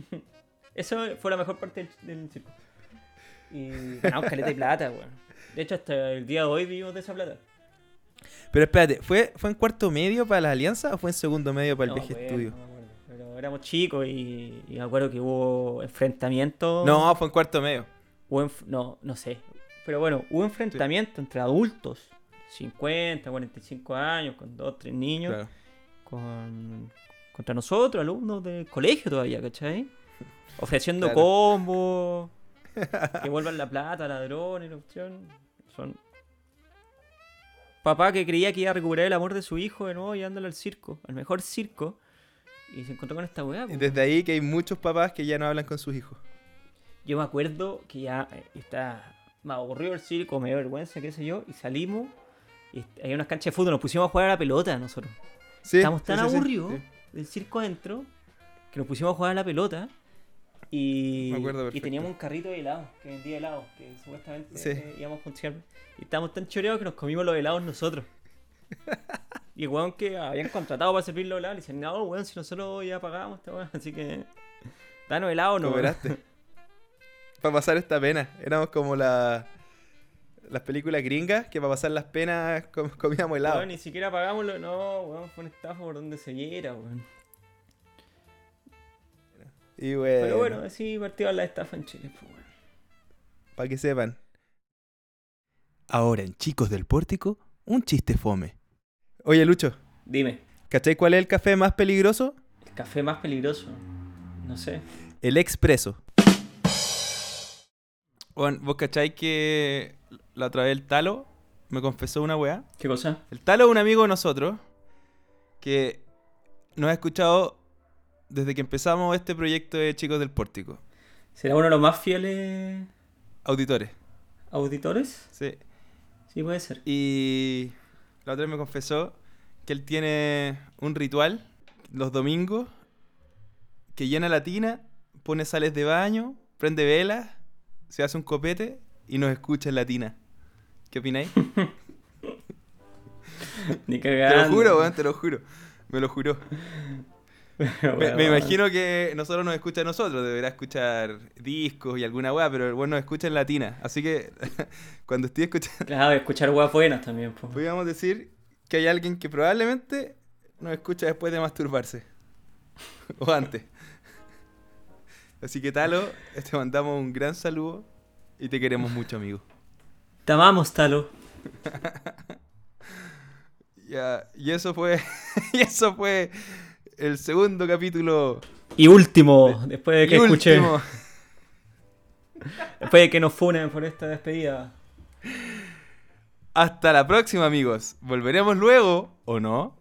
S2: Eso fue la mejor parte del, del circo. Y ganamos caleta de plata, weón. De hecho, hasta el día de hoy vivimos de esa plata.
S1: Pero espérate, ¿fue, ¿fue en cuarto medio para la alianza o fue en segundo medio para el
S2: No me
S1: VG
S2: acuerdo,
S1: Studio?
S2: no me acuerdo. Pero éramos chicos y, y me acuerdo que hubo enfrentamientos.
S1: No, fue en cuarto medio.
S2: Hubo enf- no, no sé. Pero bueno, hubo enfrentamiento entre adultos, 50, 45 años, con dos, tres niños,
S1: Claro.
S2: con, contra nosotros, alumnos del colegio todavía, ¿cachai? Ofreciendo
S1: Claro.
S2: combos, que vuelvan la plata, ladrones, la opción. Son. Papá que creía que iba a recuperar el amor de su hijo de nuevo llevándolo al circo, al mejor circo. Y se encontró con esta weá.
S1: Y
S2: po.
S1: desde ahí que hay muchos papás que ya no hablan con sus hijos.
S2: Yo me acuerdo que ya eh, está me aburrió el circo, me dio vergüenza, qué sé yo, y salimos. Y hay unas canchas de fútbol, nos pusimos a jugar a la pelota nosotros.
S1: Sí,
S2: Estábamos tan
S1: sí, sí, sí,
S2: aburridos
S1: sí.
S2: del circo adentro que nos pusimos a jugar a la pelota y,
S1: Me acuerdo
S2: y
S1: perfecto.
S2: teníamos un carrito de helados que vendía helados, que supuestamente
S1: Sí.
S2: eh, íbamos a funcionar. Y estábamos tan choreados que nos comimos los helados nosotros. y el weón que habían contratado para servir los helados, le dicen, no, weón, si nosotros ya pagamos esta weón, así que danos helado, no.
S1: Cooperaste. para pasar esta pena. Éramos como la, las películas gringas que para pasar las penas com- comíamos helado.
S2: Weón, ni siquiera pagámoslo, no, weón, fue un estafa por donde se viera, weón.
S1: Eh. y
S2: Pero bueno, así partió la estafa en Chile, pues, weón.
S1: para que sepan. Ahora en Chicos del Pórtico, un chiste fome. Oye, Lucho,
S2: Dime,
S1: ¿cachai cuál es el café más peligroso?
S2: el café más peligroso, no sé.
S1: El expreso. Bueno, vos cachai que la otra vez el talo me confesó una weá.
S2: ¿Qué cosa?
S1: El Talo es un amigo de nosotros que nos ha escuchado desde que empezamos este proyecto de Chicos del Pórtico.
S2: ¿Será uno de los más fieles
S1: Auditores,
S2: auditores?
S1: sí.
S2: Sí, puede ser.
S1: Y la otra vez me confesó que él tiene un ritual los domingos que llena la tina, pone sales de baño, prende velas, se hace un copete y nos escucha en la tina. ¿Qué opináis?
S2: Ni
S1: Te
S2: cagando.
S1: lo juro, weón, te lo juro. Me lo juró.
S2: Pero,
S1: Me,
S2: weón,
S1: me imagino que nosotros nos escucha a nosotros, deberá escuchar discos y alguna weá, pero el weón nos escucha en latina. Así que cuando estoy escuchando,
S2: Claro, escuchar weas buenas también, po.
S1: podríamos decir que hay alguien que probablemente nos escucha después de masturbarse. o antes. Así que Talo, te mandamos un gran saludo y te queremos mucho, amigo.
S2: Te amamos, Talo.
S1: Ya, y eso fue. y eso fue el segundo capítulo.
S2: Y último, después de que
S1: y
S2: escuché.
S1: último.
S2: Después de que nos funen por esta despedida.
S1: Hasta la próxima, amigos. ¿Volveremos luego o no?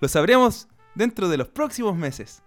S1: Lo sabremos dentro de los próximos meses.